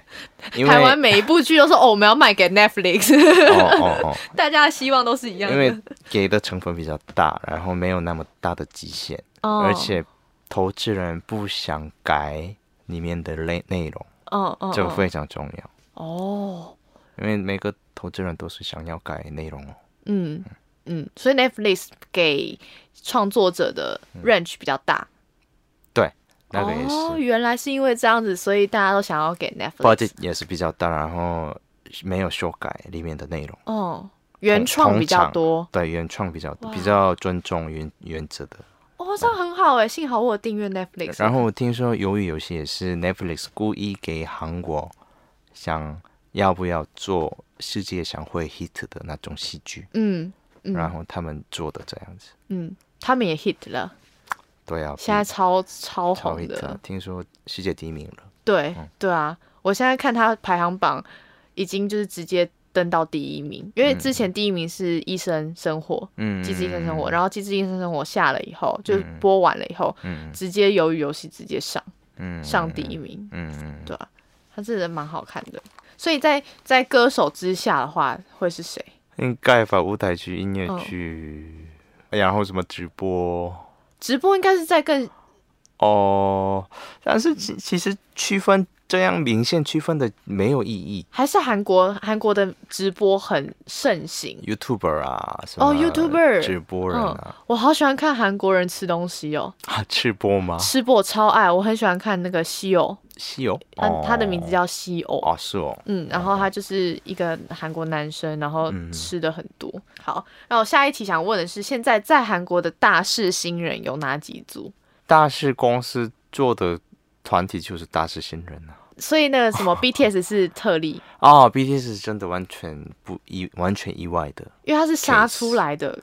Speaker 4: 因为
Speaker 1: 台湾每一部剧都说哦，我们要卖给 Netflix， <laughs>
Speaker 4: 哦哦哦，
Speaker 1: 大家的希望都是一样的。
Speaker 4: 因为给的成本比较大，然后没有那么大的极限。
Speaker 1: 哦
Speaker 4: 而且投资人不想改里面的内内容，
Speaker 1: 嗯嗯，
Speaker 4: 这个
Speaker 1: 嗯
Speaker 4: 非常重要，
Speaker 1: 哦，
Speaker 4: 因为每个投资人都是想要改内容哦。
Speaker 1: 嗯嗯，所以 Netflix 给创作者的 range 比较大。
Speaker 4: 对，嗯那个也是、
Speaker 1: 哦，原来是因为这样子，所以大家都想要给 Netflix。
Speaker 4: budget 也是比较大，然后没有修改里面的内容。
Speaker 1: 哦，原创比较多。
Speaker 4: 对，原创比较
Speaker 1: 哇
Speaker 4: 比较尊重原原则的。
Speaker 1: 哦，这样很好哎，幸好我有订阅 Netflix。
Speaker 4: 然后我听说《鱿鱼游戏》也是 Netflix 故意给韩国想要不要做世界上会 hit 的那种戏剧，
Speaker 1: 嗯
Speaker 4: 然后他们做的这样子。
Speaker 1: 嗯，他们也 hit 了，
Speaker 4: 对啊，
Speaker 1: 现在超超
Speaker 4: 比超
Speaker 1: 红
Speaker 4: hit
Speaker 1: 的
Speaker 4: 啊。，嗯听说世界第一名了。
Speaker 1: 对对啊，我现在看他排行榜已经就是直接登到第一名，因为之前第一名是《医生生活》。
Speaker 4: 嗯，
Speaker 1: 机智医生生活，
Speaker 4: 后
Speaker 1: 然后机智医生生活下了以后，就是播完了以后，
Speaker 4: 嗯
Speaker 1: 直接由于游戏直接上
Speaker 4: 嗯
Speaker 1: 上第一名，
Speaker 4: 嗯嗯，
Speaker 1: 对啊，他真的蛮好看的。所以在在歌手之下的话，会是谁？
Speaker 4: 应该吧，舞台剧、音乐
Speaker 1: 嗯
Speaker 4: 剧，
Speaker 1: 哦
Speaker 4: 然后什么直播。
Speaker 1: 直播应该是在更
Speaker 4: 哦，但是
Speaker 1: 嗯
Speaker 4: 其其实区分这样明显区分的没有意义。
Speaker 1: 还是韩国韩国的直播很盛行，
Speaker 4: YouTuber 啊，什么
Speaker 1: 哦，YouTuber 哦
Speaker 4: 直播人啊，
Speaker 1: 我好喜欢看韩国人吃东西哦，
Speaker 4: 啊，吃播吗？
Speaker 1: 吃播我超爱，我很喜欢看那个西欧，
Speaker 4: 西游，
Speaker 1: 他
Speaker 4: 哦
Speaker 1: 他的名字叫西欧，
Speaker 4: 哦，是哦，嗯
Speaker 1: 嗯，然后他就是一个韩国男生，然后吃的很多。好，然后下一题想问的是，现在在韩国的大势新人有哪几组？
Speaker 4: 大是公司做的团体就是大是新人啊。
Speaker 1: 所以那个
Speaker 4: <laughs>
Speaker 1: 什么 BTS 是特例，
Speaker 4: 哦，BTS 是真的完全不意，完全意外的，
Speaker 1: 因为他是杀出来的。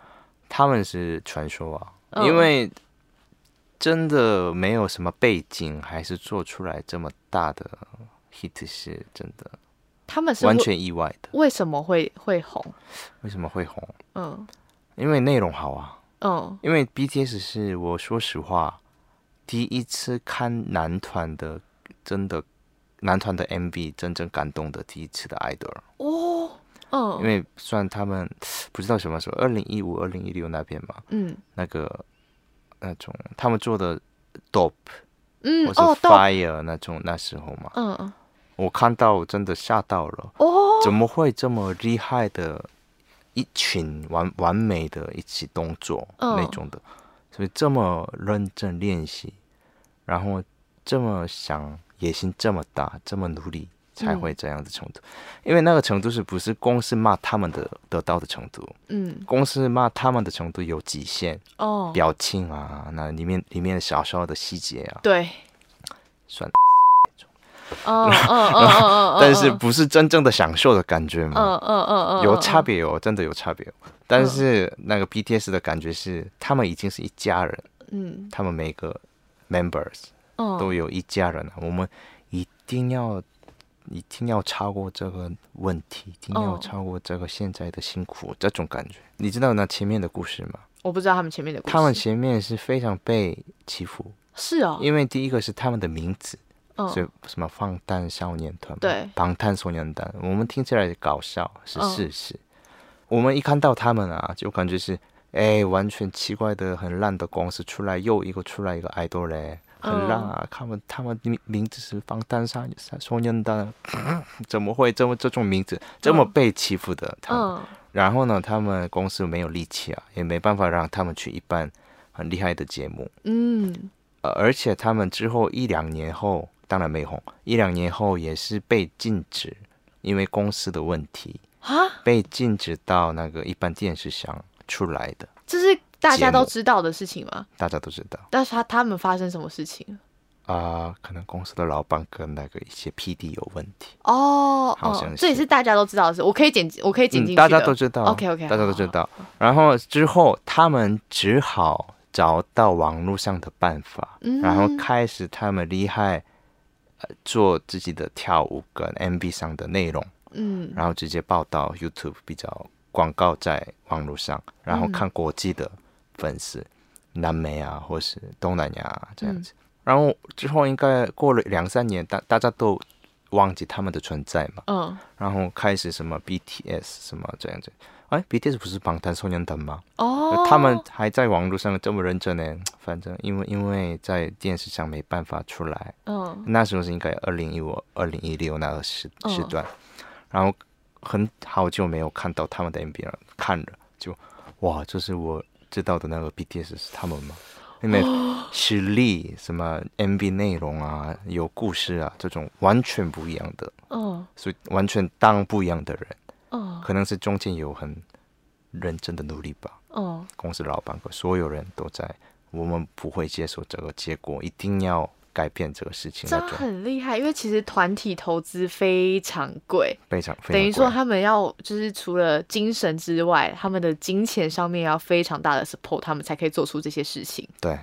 Speaker 4: 他们是传说啊，
Speaker 1: 嗯
Speaker 4: 因为真的没有什么背景，还是做出来这么大的 hit 是真的
Speaker 1: 他们是
Speaker 4: 完
Speaker 1: 为
Speaker 4: 全意外的。
Speaker 1: 为什么会会红？
Speaker 4: 为什么会红？
Speaker 1: 嗯
Speaker 4: 因为内容好啊。
Speaker 1: 嗯
Speaker 4: 因为 BTS 是我说实话第一次看男团的，真的男团的 MV 真正感动的第一次的 idol，、
Speaker 1: 哦嗯
Speaker 4: 因为算他们不知道什么时候，二零一五、二零一六那边嘛，
Speaker 1: 嗯
Speaker 4: 那个那种他们做的 Dope
Speaker 1: 嗯
Speaker 4: 或是
Speaker 1: 哦到
Speaker 4: Fire 那种、那时候嘛，
Speaker 1: 嗯嗯
Speaker 4: 我看到我真的吓到了，
Speaker 1: 哦
Speaker 4: 怎么会这么厉害的一群完完美的一起动作、
Speaker 1: 嗯
Speaker 4: 那种的，所以这么认真练习，然后这么想，野心这么大，这么努力，才会这样的程度。
Speaker 1: 嗯
Speaker 4: 因为那个程度是不是公司骂他们的得到的程度？
Speaker 1: 嗯
Speaker 4: 公司骂他们的程度有极限，
Speaker 1: 哦
Speaker 4: 表情啊，那里面里面的小小的细节啊，
Speaker 1: 对
Speaker 4: 算了。
Speaker 1: 哦嗯嗯嗯嗯嗯，
Speaker 4: <laughs> 但是不是真正的享受的感觉嘛？
Speaker 1: 嗯嗯嗯嗯
Speaker 4: 有差别哦，真的有差别哦。但是那个 BTS 的感觉是，他们已经是一家人，
Speaker 1: 嗯
Speaker 4: 他们每个 members
Speaker 1: 嗯
Speaker 4: 都有一家人了。啊我们一定要，一定要超过这个问题，一定要
Speaker 1: 哦
Speaker 4: 超过这个现在的辛苦，这种感觉。你知道那前面的故事吗？
Speaker 1: 我不知道他们前面的故事
Speaker 4: 他们前面是非常被欺负，
Speaker 1: 是哦
Speaker 4: 因为第一个是他们的名字，
Speaker 1: 嗯
Speaker 4: 所以什么防弹少年团嘛，
Speaker 1: 对
Speaker 4: 防弹少年团，我们听起来搞笑是
Speaker 1: 嗯
Speaker 4: 事实。我们一看到他们啊，就感觉是，哎，完全奇怪的、很烂的公司出来又一个出来一个爱豆嘞，
Speaker 1: 嗯
Speaker 4: 很烂啊！他们他们名名字是防弹少年少年团， <laughs> 怎么会这么这种名字这么被欺负的？他们，
Speaker 1: 嗯
Speaker 4: 然后呢，他们公司没有力气啊，也没办法让他们去一办很厉害的节目。
Speaker 1: 嗯
Speaker 4: 呃，而且他们之后一两年后，当然没红，一两年后也是被禁止，因为公司的问题
Speaker 1: 啊，
Speaker 4: 被禁止到那个一般电视上出来的，
Speaker 1: 这是大家
Speaker 4: 节
Speaker 1: 都
Speaker 4: 目
Speaker 1: 知道的事情吗？
Speaker 4: 大家都知道
Speaker 1: 但是他他们发生什么事情了？
Speaker 4: 啊、可能公司的老板跟那个一些 PD 有问题，
Speaker 1: 哦
Speaker 4: 好像
Speaker 1: 哦
Speaker 4: 是，嗯
Speaker 1: 这也是大家都知道的事，我可以剪，我可以剪进去的。
Speaker 4: 大家都知道啊
Speaker 1: OK，OK，
Speaker 4: 大家都知
Speaker 1: 好
Speaker 4: 道。然后之后他们只好找到网络上的办法，
Speaker 1: 嗯
Speaker 4: 然后开始他们厉害，呃，做自己的跳舞跟 MV 上的内容。
Speaker 1: 嗯
Speaker 4: 然后直接报道 YouTube 比较广告在网络上，然后看国际的粉丝，南美啊，或是东南亚、啊、这样子。然后之后应该过了两三年，大大家都忘记他们的存在嘛，
Speaker 1: 嗯
Speaker 4: 然后开始什么 BTS 什么这样子，哎，BTS 不是榜单少年团吗？
Speaker 1: 哦，
Speaker 4: 他们还在网络上这么认真呢。反正因为因为在电视上没办法出来，
Speaker 1: 嗯
Speaker 4: 那时候是应该二零一五、二零一六那个时
Speaker 1: 嗯
Speaker 4: 时段，然后很好久没有看到他们的 MV 了，看了就哇，这是我知道的那个 BTS 是他们吗？
Speaker 1: <gasps>
Speaker 4: 因为实力、什么 MV 内容啊，有故事啊，这种完全不一样的，
Speaker 1: 嗯
Speaker 4: 所以完全当不一样的人，
Speaker 1: 嗯
Speaker 4: 可能是中间有很认真的努力吧。
Speaker 1: 嗯，
Speaker 4: 公司老板和所有人都在，我们不会接受这个结果，一定要改变这个事情
Speaker 1: 这
Speaker 4: 那
Speaker 1: 样
Speaker 4: 种
Speaker 1: 很厉害，因为其实团体投资非常贵，
Speaker 4: 非常非常
Speaker 1: 等于说
Speaker 4: 贵
Speaker 1: 他们要就是除了精神之外，他们的金钱上面要非常大的 support，他们才可以做出这些事情。
Speaker 4: 对，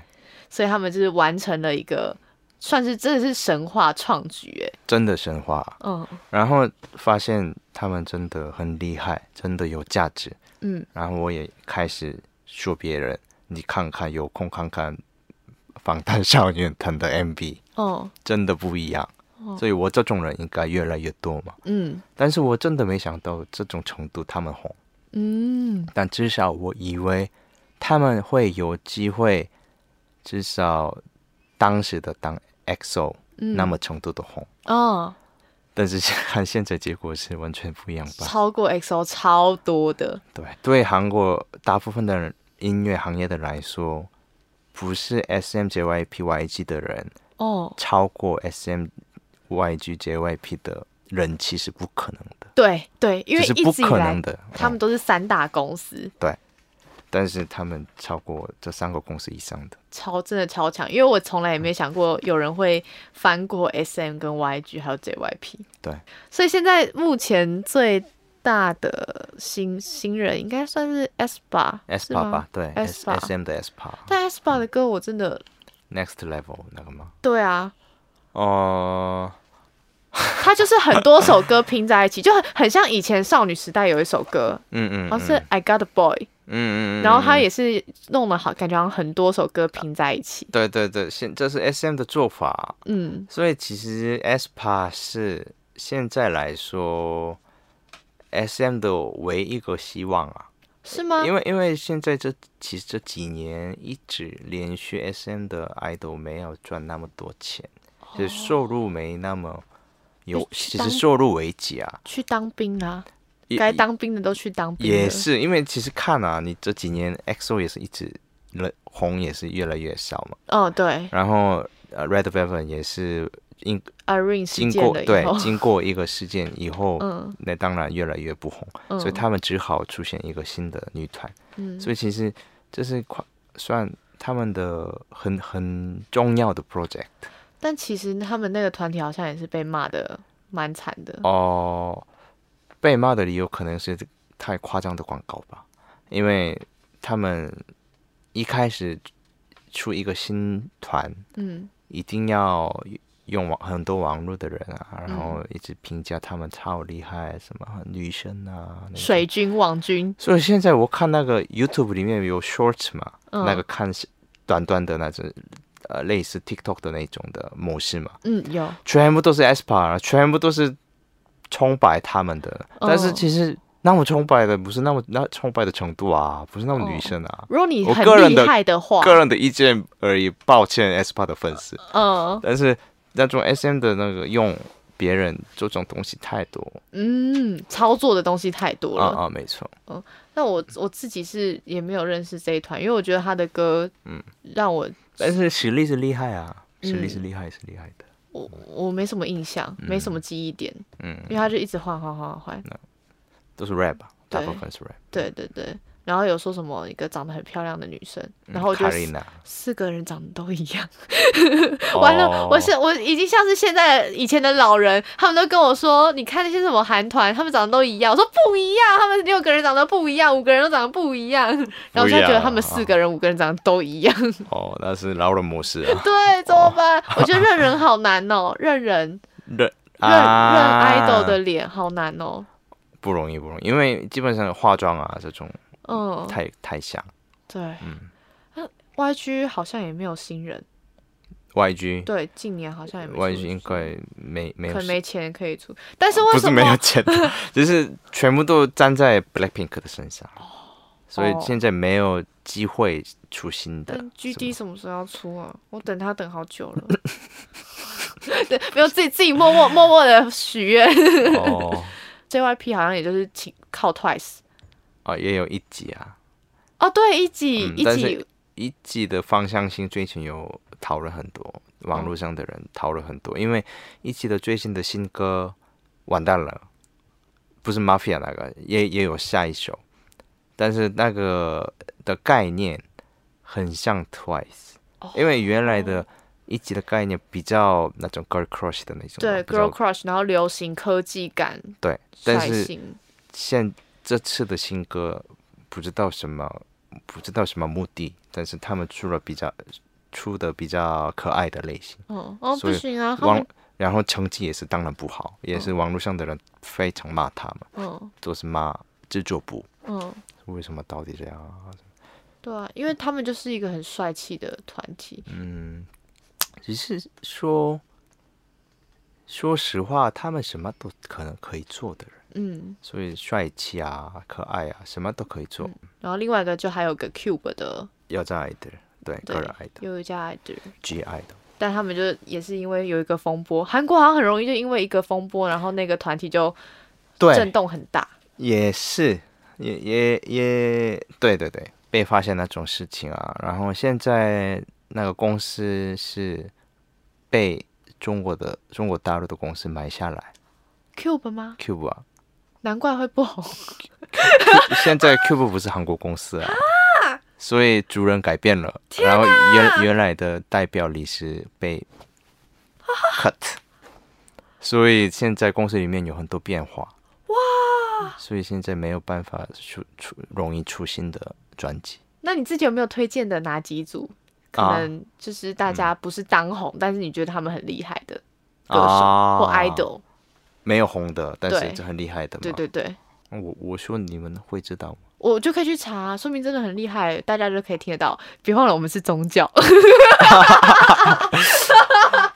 Speaker 1: 所以他们就是完成了一个算是真的是神话创举，哎，
Speaker 4: 真的神话。
Speaker 1: 嗯
Speaker 4: 然后发现他们真的很厉害，真的有价值。
Speaker 1: 嗯
Speaker 4: 然后我也开始说别人，你看看，有空看看《防弹少年团》的 MV，
Speaker 1: 哦
Speaker 4: 真的不一样。所以我这种人应该越来越多嘛。
Speaker 1: 嗯
Speaker 4: 但是我真的没想到这种程度他们红。
Speaker 1: 嗯
Speaker 4: 但至少我以为他们会有机会，至少当时的当 EXO
Speaker 1: 嗯，
Speaker 4: 那么程度的红。
Speaker 1: 哦
Speaker 4: 但是看现 <laughs> 在结果是完全不一样吧？
Speaker 1: 超过 XO 超多的，
Speaker 4: 对，对韩国大部分的人音乐行业的来说，不是 SMJYPYG 的人
Speaker 1: 哦
Speaker 4: 超过 SMYGJYP 的人气是不可能的，
Speaker 1: 对对，因为
Speaker 4: 这是
Speaker 1: 一
Speaker 4: 不
Speaker 1: 直以
Speaker 4: 可
Speaker 1: 来
Speaker 4: 能的。
Speaker 1: 他们
Speaker 4: 嗯
Speaker 1: 都是三大公司，
Speaker 4: 但是他们超过这三个公司以上的，
Speaker 1: 超真的超强，因为我从来也没想过有人会翻过 S M 跟 Y G 还有 J Y P。
Speaker 4: 对，
Speaker 1: 所以现在目前最大的新新人应该算是 S 吧
Speaker 4: S
Speaker 1: 是
Speaker 4: p a
Speaker 1: 吗
Speaker 4: 吧，对 S
Speaker 1: SPA
Speaker 4: S M 的 S p a
Speaker 1: 但 S 吧的歌我真的
Speaker 4: Next Level 那个吗？
Speaker 1: 对啊，
Speaker 4: 哦、
Speaker 1: 它就是很多首歌拼在一起，就很很像以前少女时代有一首歌，
Speaker 4: 嗯嗯，
Speaker 1: 好像
Speaker 4: 嗯
Speaker 1: 是 I Got a Boy，
Speaker 4: 嗯嗯嗯，
Speaker 1: 然后它
Speaker 4: 嗯
Speaker 1: 也是弄了好，感觉好像很多首歌拼在一起。
Speaker 4: 对对对，现这是 S M 的做法，
Speaker 1: 嗯
Speaker 4: 所以其实 S p a 是现在来说 S M 的唯一一个希望啊，
Speaker 1: 是吗？
Speaker 4: 因为因为现在这其实这几年一直连续 S M 的 idol 没有赚那么多钱，就是收入没那么有，
Speaker 1: 去
Speaker 4: 其
Speaker 1: 哦当
Speaker 4: 实收入为己啊，
Speaker 1: 去当兵啦、
Speaker 4: 也
Speaker 1: 该当兵的都去当兵了。
Speaker 4: 也是因为其实看啊，你这几年 XO 也是一直人红也是越来越少嘛，
Speaker 1: 哦，对
Speaker 4: 然后呃 Red Velvet 也是因
Speaker 1: ，Irene 啊事
Speaker 4: 经
Speaker 1: 件
Speaker 4: 过
Speaker 1: 了以
Speaker 4: 对
Speaker 1: 后， <laughs>
Speaker 4: 经过一个事件以后，
Speaker 1: 嗯
Speaker 4: 那当然越来越不红，
Speaker 1: 嗯，
Speaker 4: 所以他们只好出现一个新的女团，
Speaker 1: 嗯
Speaker 4: 所以其实这是快算他们的很很重要的 project
Speaker 1: 但其实他们那个团体好像也是被骂的蛮惨的。
Speaker 4: 哦。被骂的理由可能是太夸张的广告吧，因为他们一开始出一个新团，
Speaker 1: 嗯
Speaker 4: 一定要用网很多网络的人啊，然
Speaker 1: 嗯
Speaker 4: 后一直评价他们超厉害，什么女生啊，那种
Speaker 1: 水。军、网军，
Speaker 4: 所以现在我看那个 YouTube 里面有 Shorts 嘛，
Speaker 1: 嗯
Speaker 4: 那个看是短短的那种，呃，类似 TikTok 的那种的模式嘛，
Speaker 1: 嗯，有
Speaker 4: 全部都是 aespa，全啊部都是崇拜他们的。
Speaker 1: 哦
Speaker 4: 但是其实那么崇拜的不是那么那崇拜的程度啊，不是那么
Speaker 1: 哦
Speaker 4: 女生啊。
Speaker 1: 如果你
Speaker 4: 我
Speaker 1: 很
Speaker 4: 个人
Speaker 1: 厉
Speaker 4: 的
Speaker 1: 害的话，
Speaker 4: 个人的意见而已，抱歉 aespa 的粉丝。
Speaker 1: 嗯
Speaker 4: 但是那种 SM 的那个用别人这种东西太多
Speaker 1: 嗯，操作的东西太多
Speaker 4: 啊
Speaker 1: 了。
Speaker 4: 啊，没错，
Speaker 1: 那我我自己是也没有认识这一团，因为我觉得他的歌，嗯，让我
Speaker 4: 但是实力是厉害啊，
Speaker 1: 嗯
Speaker 4: 实力是厉害是厉害的，
Speaker 1: 我我没什么印象，没什么记忆点，
Speaker 4: 嗯，
Speaker 1: 因为他就一直换换换换。
Speaker 4: 都是 rap，啊大
Speaker 1: 对
Speaker 4: 部分是 rap。
Speaker 1: 对对对，然后有说什么一个长得很漂亮的女生，
Speaker 4: 嗯
Speaker 1: 然后我就
Speaker 4: 卡琳娜，
Speaker 1: 四个人长得都一样， <laughs> 完
Speaker 4: 哦
Speaker 1: 了，我是我已经像是现在以前的老人，他们都跟我说，你看那些什么韩团，他们长得都一样，我说不一样，他们六个人长得不一样，五个人都长得不一
Speaker 4: <laughs>
Speaker 1: 样，然后我现在觉得他们四个人、五个人长得都一样，
Speaker 4: 哦，那是老人模式
Speaker 1: <laughs>
Speaker 4: 啊，
Speaker 1: 对，怎么办？我觉得认人好难哦，认
Speaker 4: <laughs>
Speaker 1: 人
Speaker 4: 认
Speaker 1: 认
Speaker 4: 啊
Speaker 1: 认 idol 的脸好难哦，
Speaker 4: 不容易不容易，因为基本上化妆啊这种
Speaker 1: 嗯，
Speaker 4: 太太像，
Speaker 1: 对，YG 好像也没有新人，
Speaker 4: YG
Speaker 1: 对，近年好像也没
Speaker 4: YG
Speaker 1: 出
Speaker 4: 应该没没
Speaker 1: 可
Speaker 4: 有
Speaker 1: 能
Speaker 4: 时，
Speaker 1: 没钱可以出，但是为
Speaker 4: 不
Speaker 1: 什
Speaker 4: 是
Speaker 1: 么
Speaker 4: 没有钱，
Speaker 1: <laughs>
Speaker 4: 就是全部都站在 Blackpink 的身上，所以
Speaker 1: 哦
Speaker 4: 现在没有机会出新的
Speaker 1: 但。G
Speaker 4: 啊什
Speaker 1: D
Speaker 4: 么
Speaker 1: 什么时候要出啊？我等他等好久
Speaker 4: <laughs>
Speaker 1: 了。 <laughs> 对，没有自己自己默默默默的许愿。
Speaker 4: 哦 <laughs>
Speaker 1: JYP 好像也就是请靠 Twice
Speaker 4: 哦，也有一集啊，
Speaker 1: 哦，对，一集、
Speaker 4: 嗯
Speaker 1: 一
Speaker 4: 但
Speaker 1: 集
Speaker 4: 是一集的方向性最近有讨论很多，网络上的人讨论很多，因为一集的最新的新歌完蛋了，不是 Mafia 那个，也也有下一首，但是那个的概念很像 Twice，、因为原来
Speaker 1: 哦
Speaker 4: 的一集的概念比较那种 girl crush 的那种嘛，
Speaker 1: 对
Speaker 4: 比较
Speaker 1: Girl Crush，然后流行科技感，
Speaker 4: 对，但
Speaker 1: 率
Speaker 4: 是
Speaker 1: 性。
Speaker 4: 现这次的新歌不知道什么，不知道什么目的，但是他们出了比较出的比较可爱的类型，
Speaker 1: 嗯，哦，
Speaker 4: 所
Speaker 1: 不
Speaker 4: 以
Speaker 1: 行啊，他
Speaker 4: 网
Speaker 1: 们
Speaker 4: 然后成绩也是当然不好，也是网络上的人非常骂他们，
Speaker 1: 嗯
Speaker 4: 都是骂制作部
Speaker 1: 嗯，
Speaker 4: 为什么到底这样啊？
Speaker 1: 对啊，因为他们就是一个很帅气的团体。
Speaker 4: 嗯，只是说说实话，他们什么都可能可以做的人，
Speaker 1: 嗯，
Speaker 4: 所以帅气啊、可爱啊，什么都可以做，
Speaker 1: 然后另外一个就还有个 Cube 的
Speaker 4: 要在爱的人，对，
Speaker 1: 对
Speaker 4: 个人爱的。
Speaker 1: 又一家爱的人。
Speaker 4: G 爱的，
Speaker 1: 但他们就也是因为有一个风波，韩国好像很容易就因为一个风波，然后那个团体就震
Speaker 4: 对，
Speaker 1: 动很大。
Speaker 4: 也是，也也也，对对对，被发现那种事情啊。然后现在那个公司是被中国的中国大陆的公司买下来
Speaker 1: Cube 吗？
Speaker 4: ，Cube 啊，
Speaker 1: 难怪会不红。 <laughs>
Speaker 4: 现在 Cube 不是韩国公司啊，所以主人改变了，然后原原来的代表理事被
Speaker 1: 啊
Speaker 4: cut，所以现在公司里面有很多变化。哇！所以现在没有办法出出容易出新的专辑。
Speaker 1: 那你自己有没有推荐的哪几组？可
Speaker 4: 啊嗯
Speaker 1: 能就是大家不是当红，但是你觉得他们很厉害的歌手、
Speaker 4: 啊
Speaker 1: 或 idol。
Speaker 4: 没有红的，但
Speaker 1: 对
Speaker 4: 是这很厉害的嘛。
Speaker 1: 对对对，
Speaker 4: 我我说你们会知道吗？
Speaker 1: 我就可以去查，说明真的很厉害，大家就可以听得到。别忘了我们是宗教， <laughs>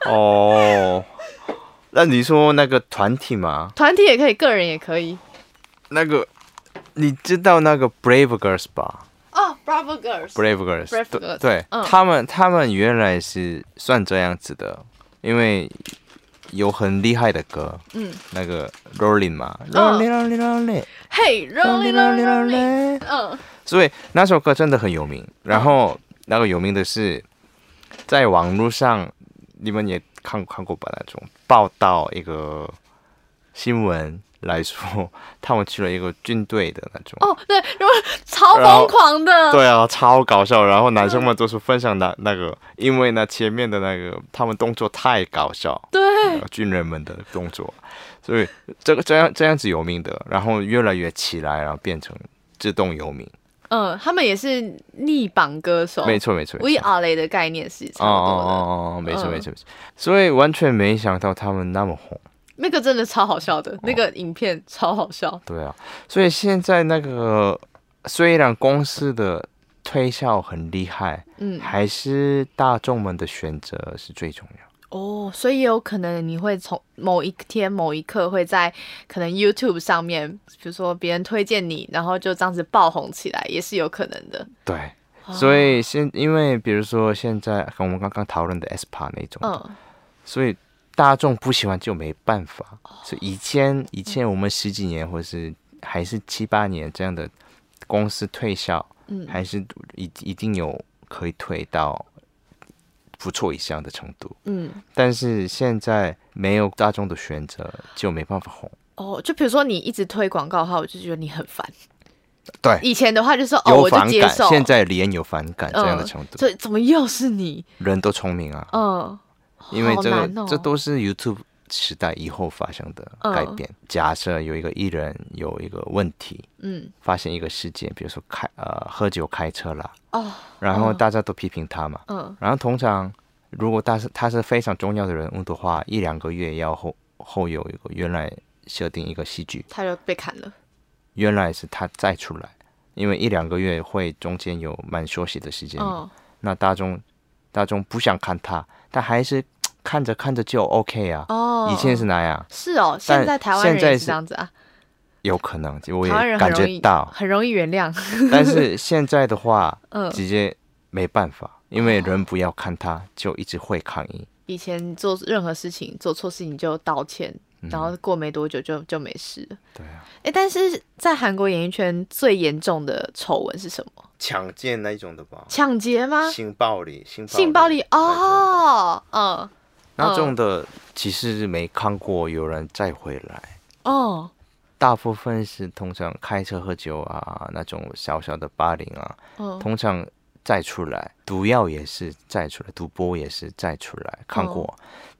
Speaker 4: 哦， <laughs> 那你说那个团体嘛，
Speaker 1: 团体也可以，个人也可以。
Speaker 4: 那个你知道那个 Brave Girls 吧？
Speaker 1: 哦，Bravo Girls。
Speaker 4: Brave Girls，
Speaker 1: Brave
Speaker 4: 对
Speaker 1: Girls，
Speaker 4: 对、
Speaker 1: 嗯
Speaker 4: 他们，他们原来是算这样子的，因为有很厉害的歌，
Speaker 1: 嗯，
Speaker 4: 那个 Rolling 嘛
Speaker 1: 嗯
Speaker 4: ，Rolling Rolling Rolling
Speaker 1: Hey Rolling Rolling Rolling。
Speaker 4: Rolling，
Speaker 1: 嗯
Speaker 4: 所以那首歌真的很有名。然后那个有名的是，在网络上你们也看看过吧？那种报道一个新闻来说，他们去了一个军队的那种。
Speaker 1: 哦，对，然后超
Speaker 4: 然后
Speaker 1: 疯狂的。
Speaker 4: 对啊，超搞笑。然后男生们都是分享那那个，因为呢前面的那个他们动作太搞笑，
Speaker 1: 对，
Speaker 4: 呃军人们的动作，所以这个这样这样子有名的，然后越来越起来，然后变成自动有名。
Speaker 1: 嗯，他们也是逆榜歌手，
Speaker 4: 没错没错，没错
Speaker 1: We Are 类的概念是差不
Speaker 4: 哦哦
Speaker 1: 多的。
Speaker 4: 哦哦，没错
Speaker 1: 嗯
Speaker 4: 没错没错。所以完全没想到他们那么红。
Speaker 1: 那个真的超好笑的，那个影片超好笑。
Speaker 4: 对啊，所以现在那个虽然公司的推销很厉害，
Speaker 1: 嗯，
Speaker 4: 还是大众们的选择是最重要。
Speaker 1: 哦，所以也有可能你会从某一天某一刻会在可能 YouTube 上面，比如说别人推荐你，然后就这样子爆红起来，也是有可能的。
Speaker 4: 对，
Speaker 1: 哦
Speaker 4: 所以现因为比如说现在我们刚刚讨论的 S p a 那种，
Speaker 1: 嗯，
Speaker 4: 所以大众不喜欢就没办法。
Speaker 1: 哦
Speaker 4: 所以以
Speaker 1: 嗯
Speaker 4: 前以前我们十几年或是还是七八年这样的公司退校，
Speaker 1: 嗯
Speaker 4: 还是一一定有可以退到不错以上的程度。
Speaker 1: 嗯，
Speaker 4: 但是现在没有大众的选择，就没办法红。
Speaker 1: 哦，就比如说你一直推广告的话，我就觉得你很烦。
Speaker 4: 对
Speaker 1: 以前的话就说哦，
Speaker 4: 有
Speaker 1: 我就
Speaker 4: 反
Speaker 1: 接
Speaker 4: 感，
Speaker 1: 受。
Speaker 4: 现在连有反感这样的
Speaker 1: 嗯
Speaker 4: 程度，
Speaker 1: 这怎么又是你？
Speaker 4: 人都聪明啊。
Speaker 1: 嗯，
Speaker 4: 因为
Speaker 1: 好
Speaker 4: 这个、
Speaker 1: 难哦
Speaker 4: 这都是 YouTube 时代以后发生的改变。假设有一个艺人有一个问题，
Speaker 1: 嗯，
Speaker 4: 发现一个事件，比如说开呃喝酒开车啦，
Speaker 1: 哦，
Speaker 4: 然后大家都批评他嘛，
Speaker 1: 嗯，
Speaker 4: 然后通常如果他是他是非常重要的人物的话，一两个月要后后有一个原来设定一个戏剧，
Speaker 1: 他就被砍了。
Speaker 4: 原来是他再出来，因为一两个月会中间有蛮休息的时间
Speaker 1: 嗯，
Speaker 4: 嘛，那大众大众不想看他，但还是看着看着就 OK 啊。
Speaker 1: 哦，
Speaker 4: 以前是那样，
Speaker 1: 是哦，
Speaker 4: 但
Speaker 1: 现在台湾
Speaker 4: 现
Speaker 1: 人
Speaker 4: 在
Speaker 1: 也
Speaker 4: 是
Speaker 1: 是这样子啊，
Speaker 4: 有可能我
Speaker 1: 台湾
Speaker 4: 也
Speaker 1: 人
Speaker 4: 感
Speaker 1: 很容
Speaker 4: 觉
Speaker 1: 易，
Speaker 4: 到
Speaker 1: <laughs> 很容易原谅，
Speaker 4: 但是现在的话，
Speaker 1: <laughs> 嗯，
Speaker 4: 直接没办法，因为人不要看他就一直会抗议。
Speaker 1: 以前做任何事情做错事情就道歉，然后过没多久就就没事了。
Speaker 4: 嗯对啊，
Speaker 1: 哎、但是在韩国演艺圈最严重的丑闻是什么？
Speaker 4: 强奸那一种的吧，
Speaker 1: 抢劫吗？
Speaker 4: 性暴力，性
Speaker 1: 啊性暴力？嗯哦，嗯，
Speaker 4: 那种的其实没看过有人再回来。
Speaker 1: 哦，
Speaker 4: 大部分是通常开车喝酒啊，那种小小的霸凌啊，
Speaker 1: 嗯，
Speaker 4: 通常再出来，毒药也是再出来，赌博也是再出来，看过，
Speaker 1: 哦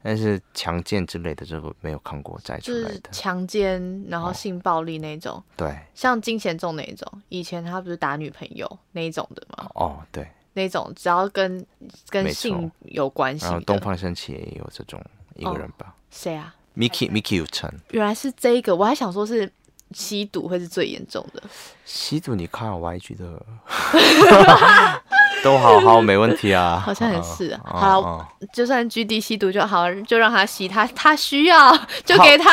Speaker 4: 但是强奸之类的这个没有看过再出
Speaker 1: 就
Speaker 4: 来
Speaker 1: 是
Speaker 4: 的，
Speaker 1: 强奸，然
Speaker 4: 哦
Speaker 1: 后性暴力那种，
Speaker 4: 对，
Speaker 1: 像金贤重那一种，以前他不是打女朋友那一种的吗？
Speaker 4: 哦对，
Speaker 1: 那种只要跟跟
Speaker 4: 没错
Speaker 1: 性有关系
Speaker 4: 然后
Speaker 1: 的，
Speaker 4: 东方神起也有这种一个人吧、
Speaker 1: 谁啊？
Speaker 4: m i k i Miki 有成，
Speaker 1: 原来是这一个，我还想说是吸毒会是最严重的。
Speaker 4: 吸毒你看 YG 的， <laughs> 都好好没问题啊，
Speaker 1: 好像也是啊
Speaker 4: 哦
Speaker 1: 好
Speaker 4: 哦
Speaker 1: 就算 G D 吸毒就好，就让他吸，他他需要就给他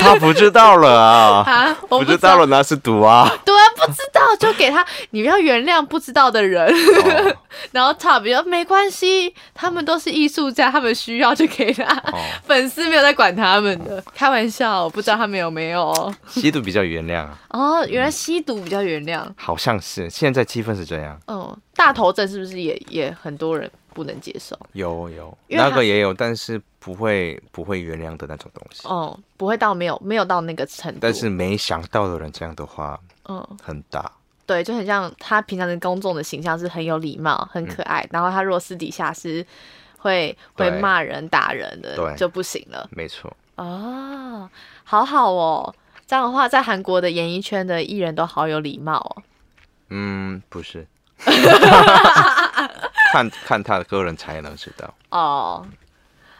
Speaker 4: 他不知道了啊，
Speaker 1: 啊， <laughs> 我
Speaker 4: 不知道了那是毒啊。
Speaker 1: 对，不知道就给他，你不要原谅不知道的人。 <laughs>
Speaker 4: 哦
Speaker 1: 然后 Top 就说没关系，他们都是艺术家，他们需要就给他， <laughs>
Speaker 4: 哦
Speaker 1: 粉丝没有在管他们的，开玩笑，我不知道他们有没有哦。
Speaker 4: 吸毒比较原谅，
Speaker 1: 哦，原来吸毒比较原谅。
Speaker 4: 好像是现在气氛是这样。
Speaker 1: 嗯，大头症是不是也也很多人不能接受？
Speaker 4: 有有，
Speaker 1: 因为他
Speaker 4: 那个也有，但是不会不会原谅的那种东西。
Speaker 1: 哦、不会到没有没有到那个程度，
Speaker 4: 但是没想到的人这样的话
Speaker 1: 嗯。
Speaker 4: 很大，
Speaker 1: 对，就很像他平常的公众的形象是很有礼貌、
Speaker 4: 嗯
Speaker 1: 很可爱，然后他如果私底下是会会
Speaker 4: 对
Speaker 1: 骂人、打人的，
Speaker 4: 对
Speaker 1: 就不行了。
Speaker 4: 没错。
Speaker 1: 哦，好好哦，这样的话，在韩国的演艺圈的艺人都好有礼貌哦。
Speaker 4: 嗯，不 <laughs> 是，看看他个人才能知道。
Speaker 1: 哦，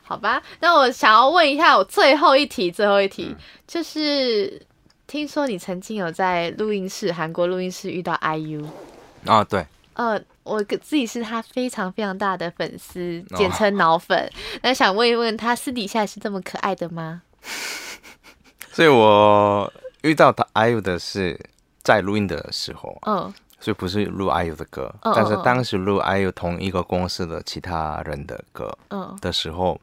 Speaker 1: 好吧，那我想要问一下，我最后一题，最后一
Speaker 4: 嗯
Speaker 1: 题、就是。听说你曾经有在录音室，韩国录音室遇到 IU，
Speaker 4: 啊，对，
Speaker 1: 呃，我个自己是他非常非常大的粉丝，
Speaker 4: 哦
Speaker 1: 简称脑粉。那想问一问，他私底下也是这么可爱的吗？
Speaker 4: 所以我遇到他 IU 的是在录音的时候，啊
Speaker 1: 嗯，
Speaker 4: 所以不是录 IU 的歌，
Speaker 1: 嗯嗯
Speaker 4: 但是
Speaker 1: 嗯
Speaker 4: 当时录 IU 同一个公司的其他人的歌
Speaker 1: 嗯
Speaker 4: 的时候，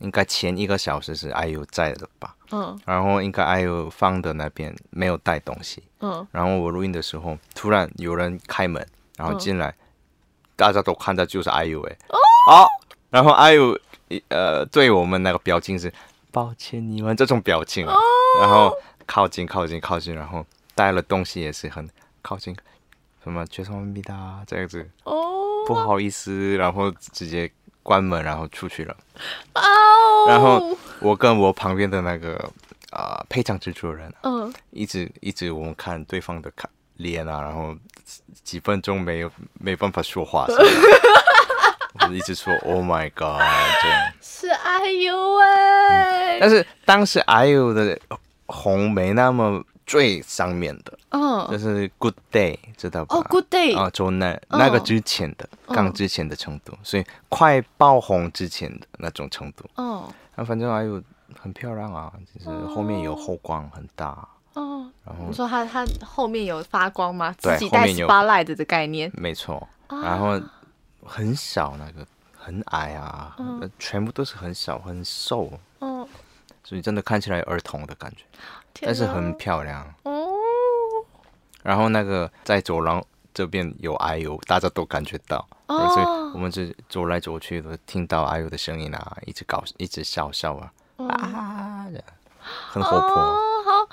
Speaker 4: 应该前一个小时是 IU 在的吧？
Speaker 1: 嗯
Speaker 4: 然后应该 IU 放的那边没有带东西，
Speaker 1: 嗯，
Speaker 4: 然后我录音的时候，突然有人开门，然后进来，大家都看到就是 IU 哎、好、然后 IU 呃对我们那个表情是抱歉你们这种表情啊，
Speaker 1: 哦
Speaker 4: 然后靠近靠近靠近，然后带了东西也是很靠近，什么죄송합니다这样子，
Speaker 1: 哦
Speaker 4: 不好意思，然后直接关门然后出去了。
Speaker 1: 哦，
Speaker 4: 然后我跟我旁边的那个啊、呃配唱制作人
Speaker 1: 嗯，
Speaker 4: 一直一直我们看对方的看脸啊，然后几几分钟没有没办法说话，所以我一直说 “Oh my God” 这样。
Speaker 1: 是 IU 哎、
Speaker 4: 但是当时 IU 的红没那么最上面的，就
Speaker 1: 嗯，
Speaker 4: 是 “Good Day” 知道吧？
Speaker 1: 哦，Good Day，、
Speaker 4: 啊，就那
Speaker 1: 嗯
Speaker 4: 那个之前的，
Speaker 1: 嗯
Speaker 4: 刚之前的程度，所以快爆红之前的那种程度。
Speaker 1: 哦
Speaker 4: 那反正 IU 很漂亮啊，就是后面有后光很大，啊
Speaker 1: 哦，
Speaker 4: 然后
Speaker 1: 你说他他后面有发光吗？
Speaker 4: 对
Speaker 1: 自己带
Speaker 4: 后面有
Speaker 1: spotlight 的概念，
Speaker 4: 没错，
Speaker 1: 啊
Speaker 4: 然后很少那个很矮啊，
Speaker 1: 嗯
Speaker 4: 呃全部都是很小很瘦，
Speaker 1: 哦，
Speaker 4: 所以真的看起来有儿童的感觉，
Speaker 1: 天
Speaker 4: 但是
Speaker 1: 哪
Speaker 4: 很漂亮。
Speaker 1: 哦，
Speaker 4: 然后那个在走廊这边有 IU，大家都感觉到，
Speaker 1: 哦
Speaker 4: 对所以我们就走来走去都听到 IU 的声音啊，一直搞一直笑笑啊、
Speaker 1: 嗯
Speaker 4: 啊，这样很活泼。 <laughs>
Speaker 1: 哦，好，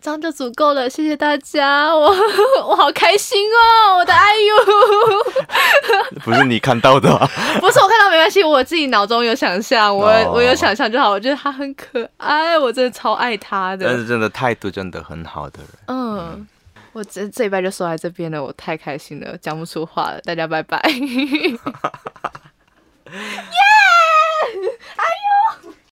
Speaker 1: 这样就足够了，谢谢大家，我 <laughs> 我好开心哦，我的 IU，
Speaker 4: 不是你看到的啊、
Speaker 1: <laughs> 不是我看到没关系，我自己脑中有想象，我、
Speaker 4: 哦
Speaker 1: 我有想象就好，我觉得他很可爱，我真的超爱他
Speaker 4: 但
Speaker 1: 的，
Speaker 4: 是真的态度真的很好的人。
Speaker 1: 嗯。我这这一拜就说在这边了，我太开心了，讲不出话了，大家拜拜。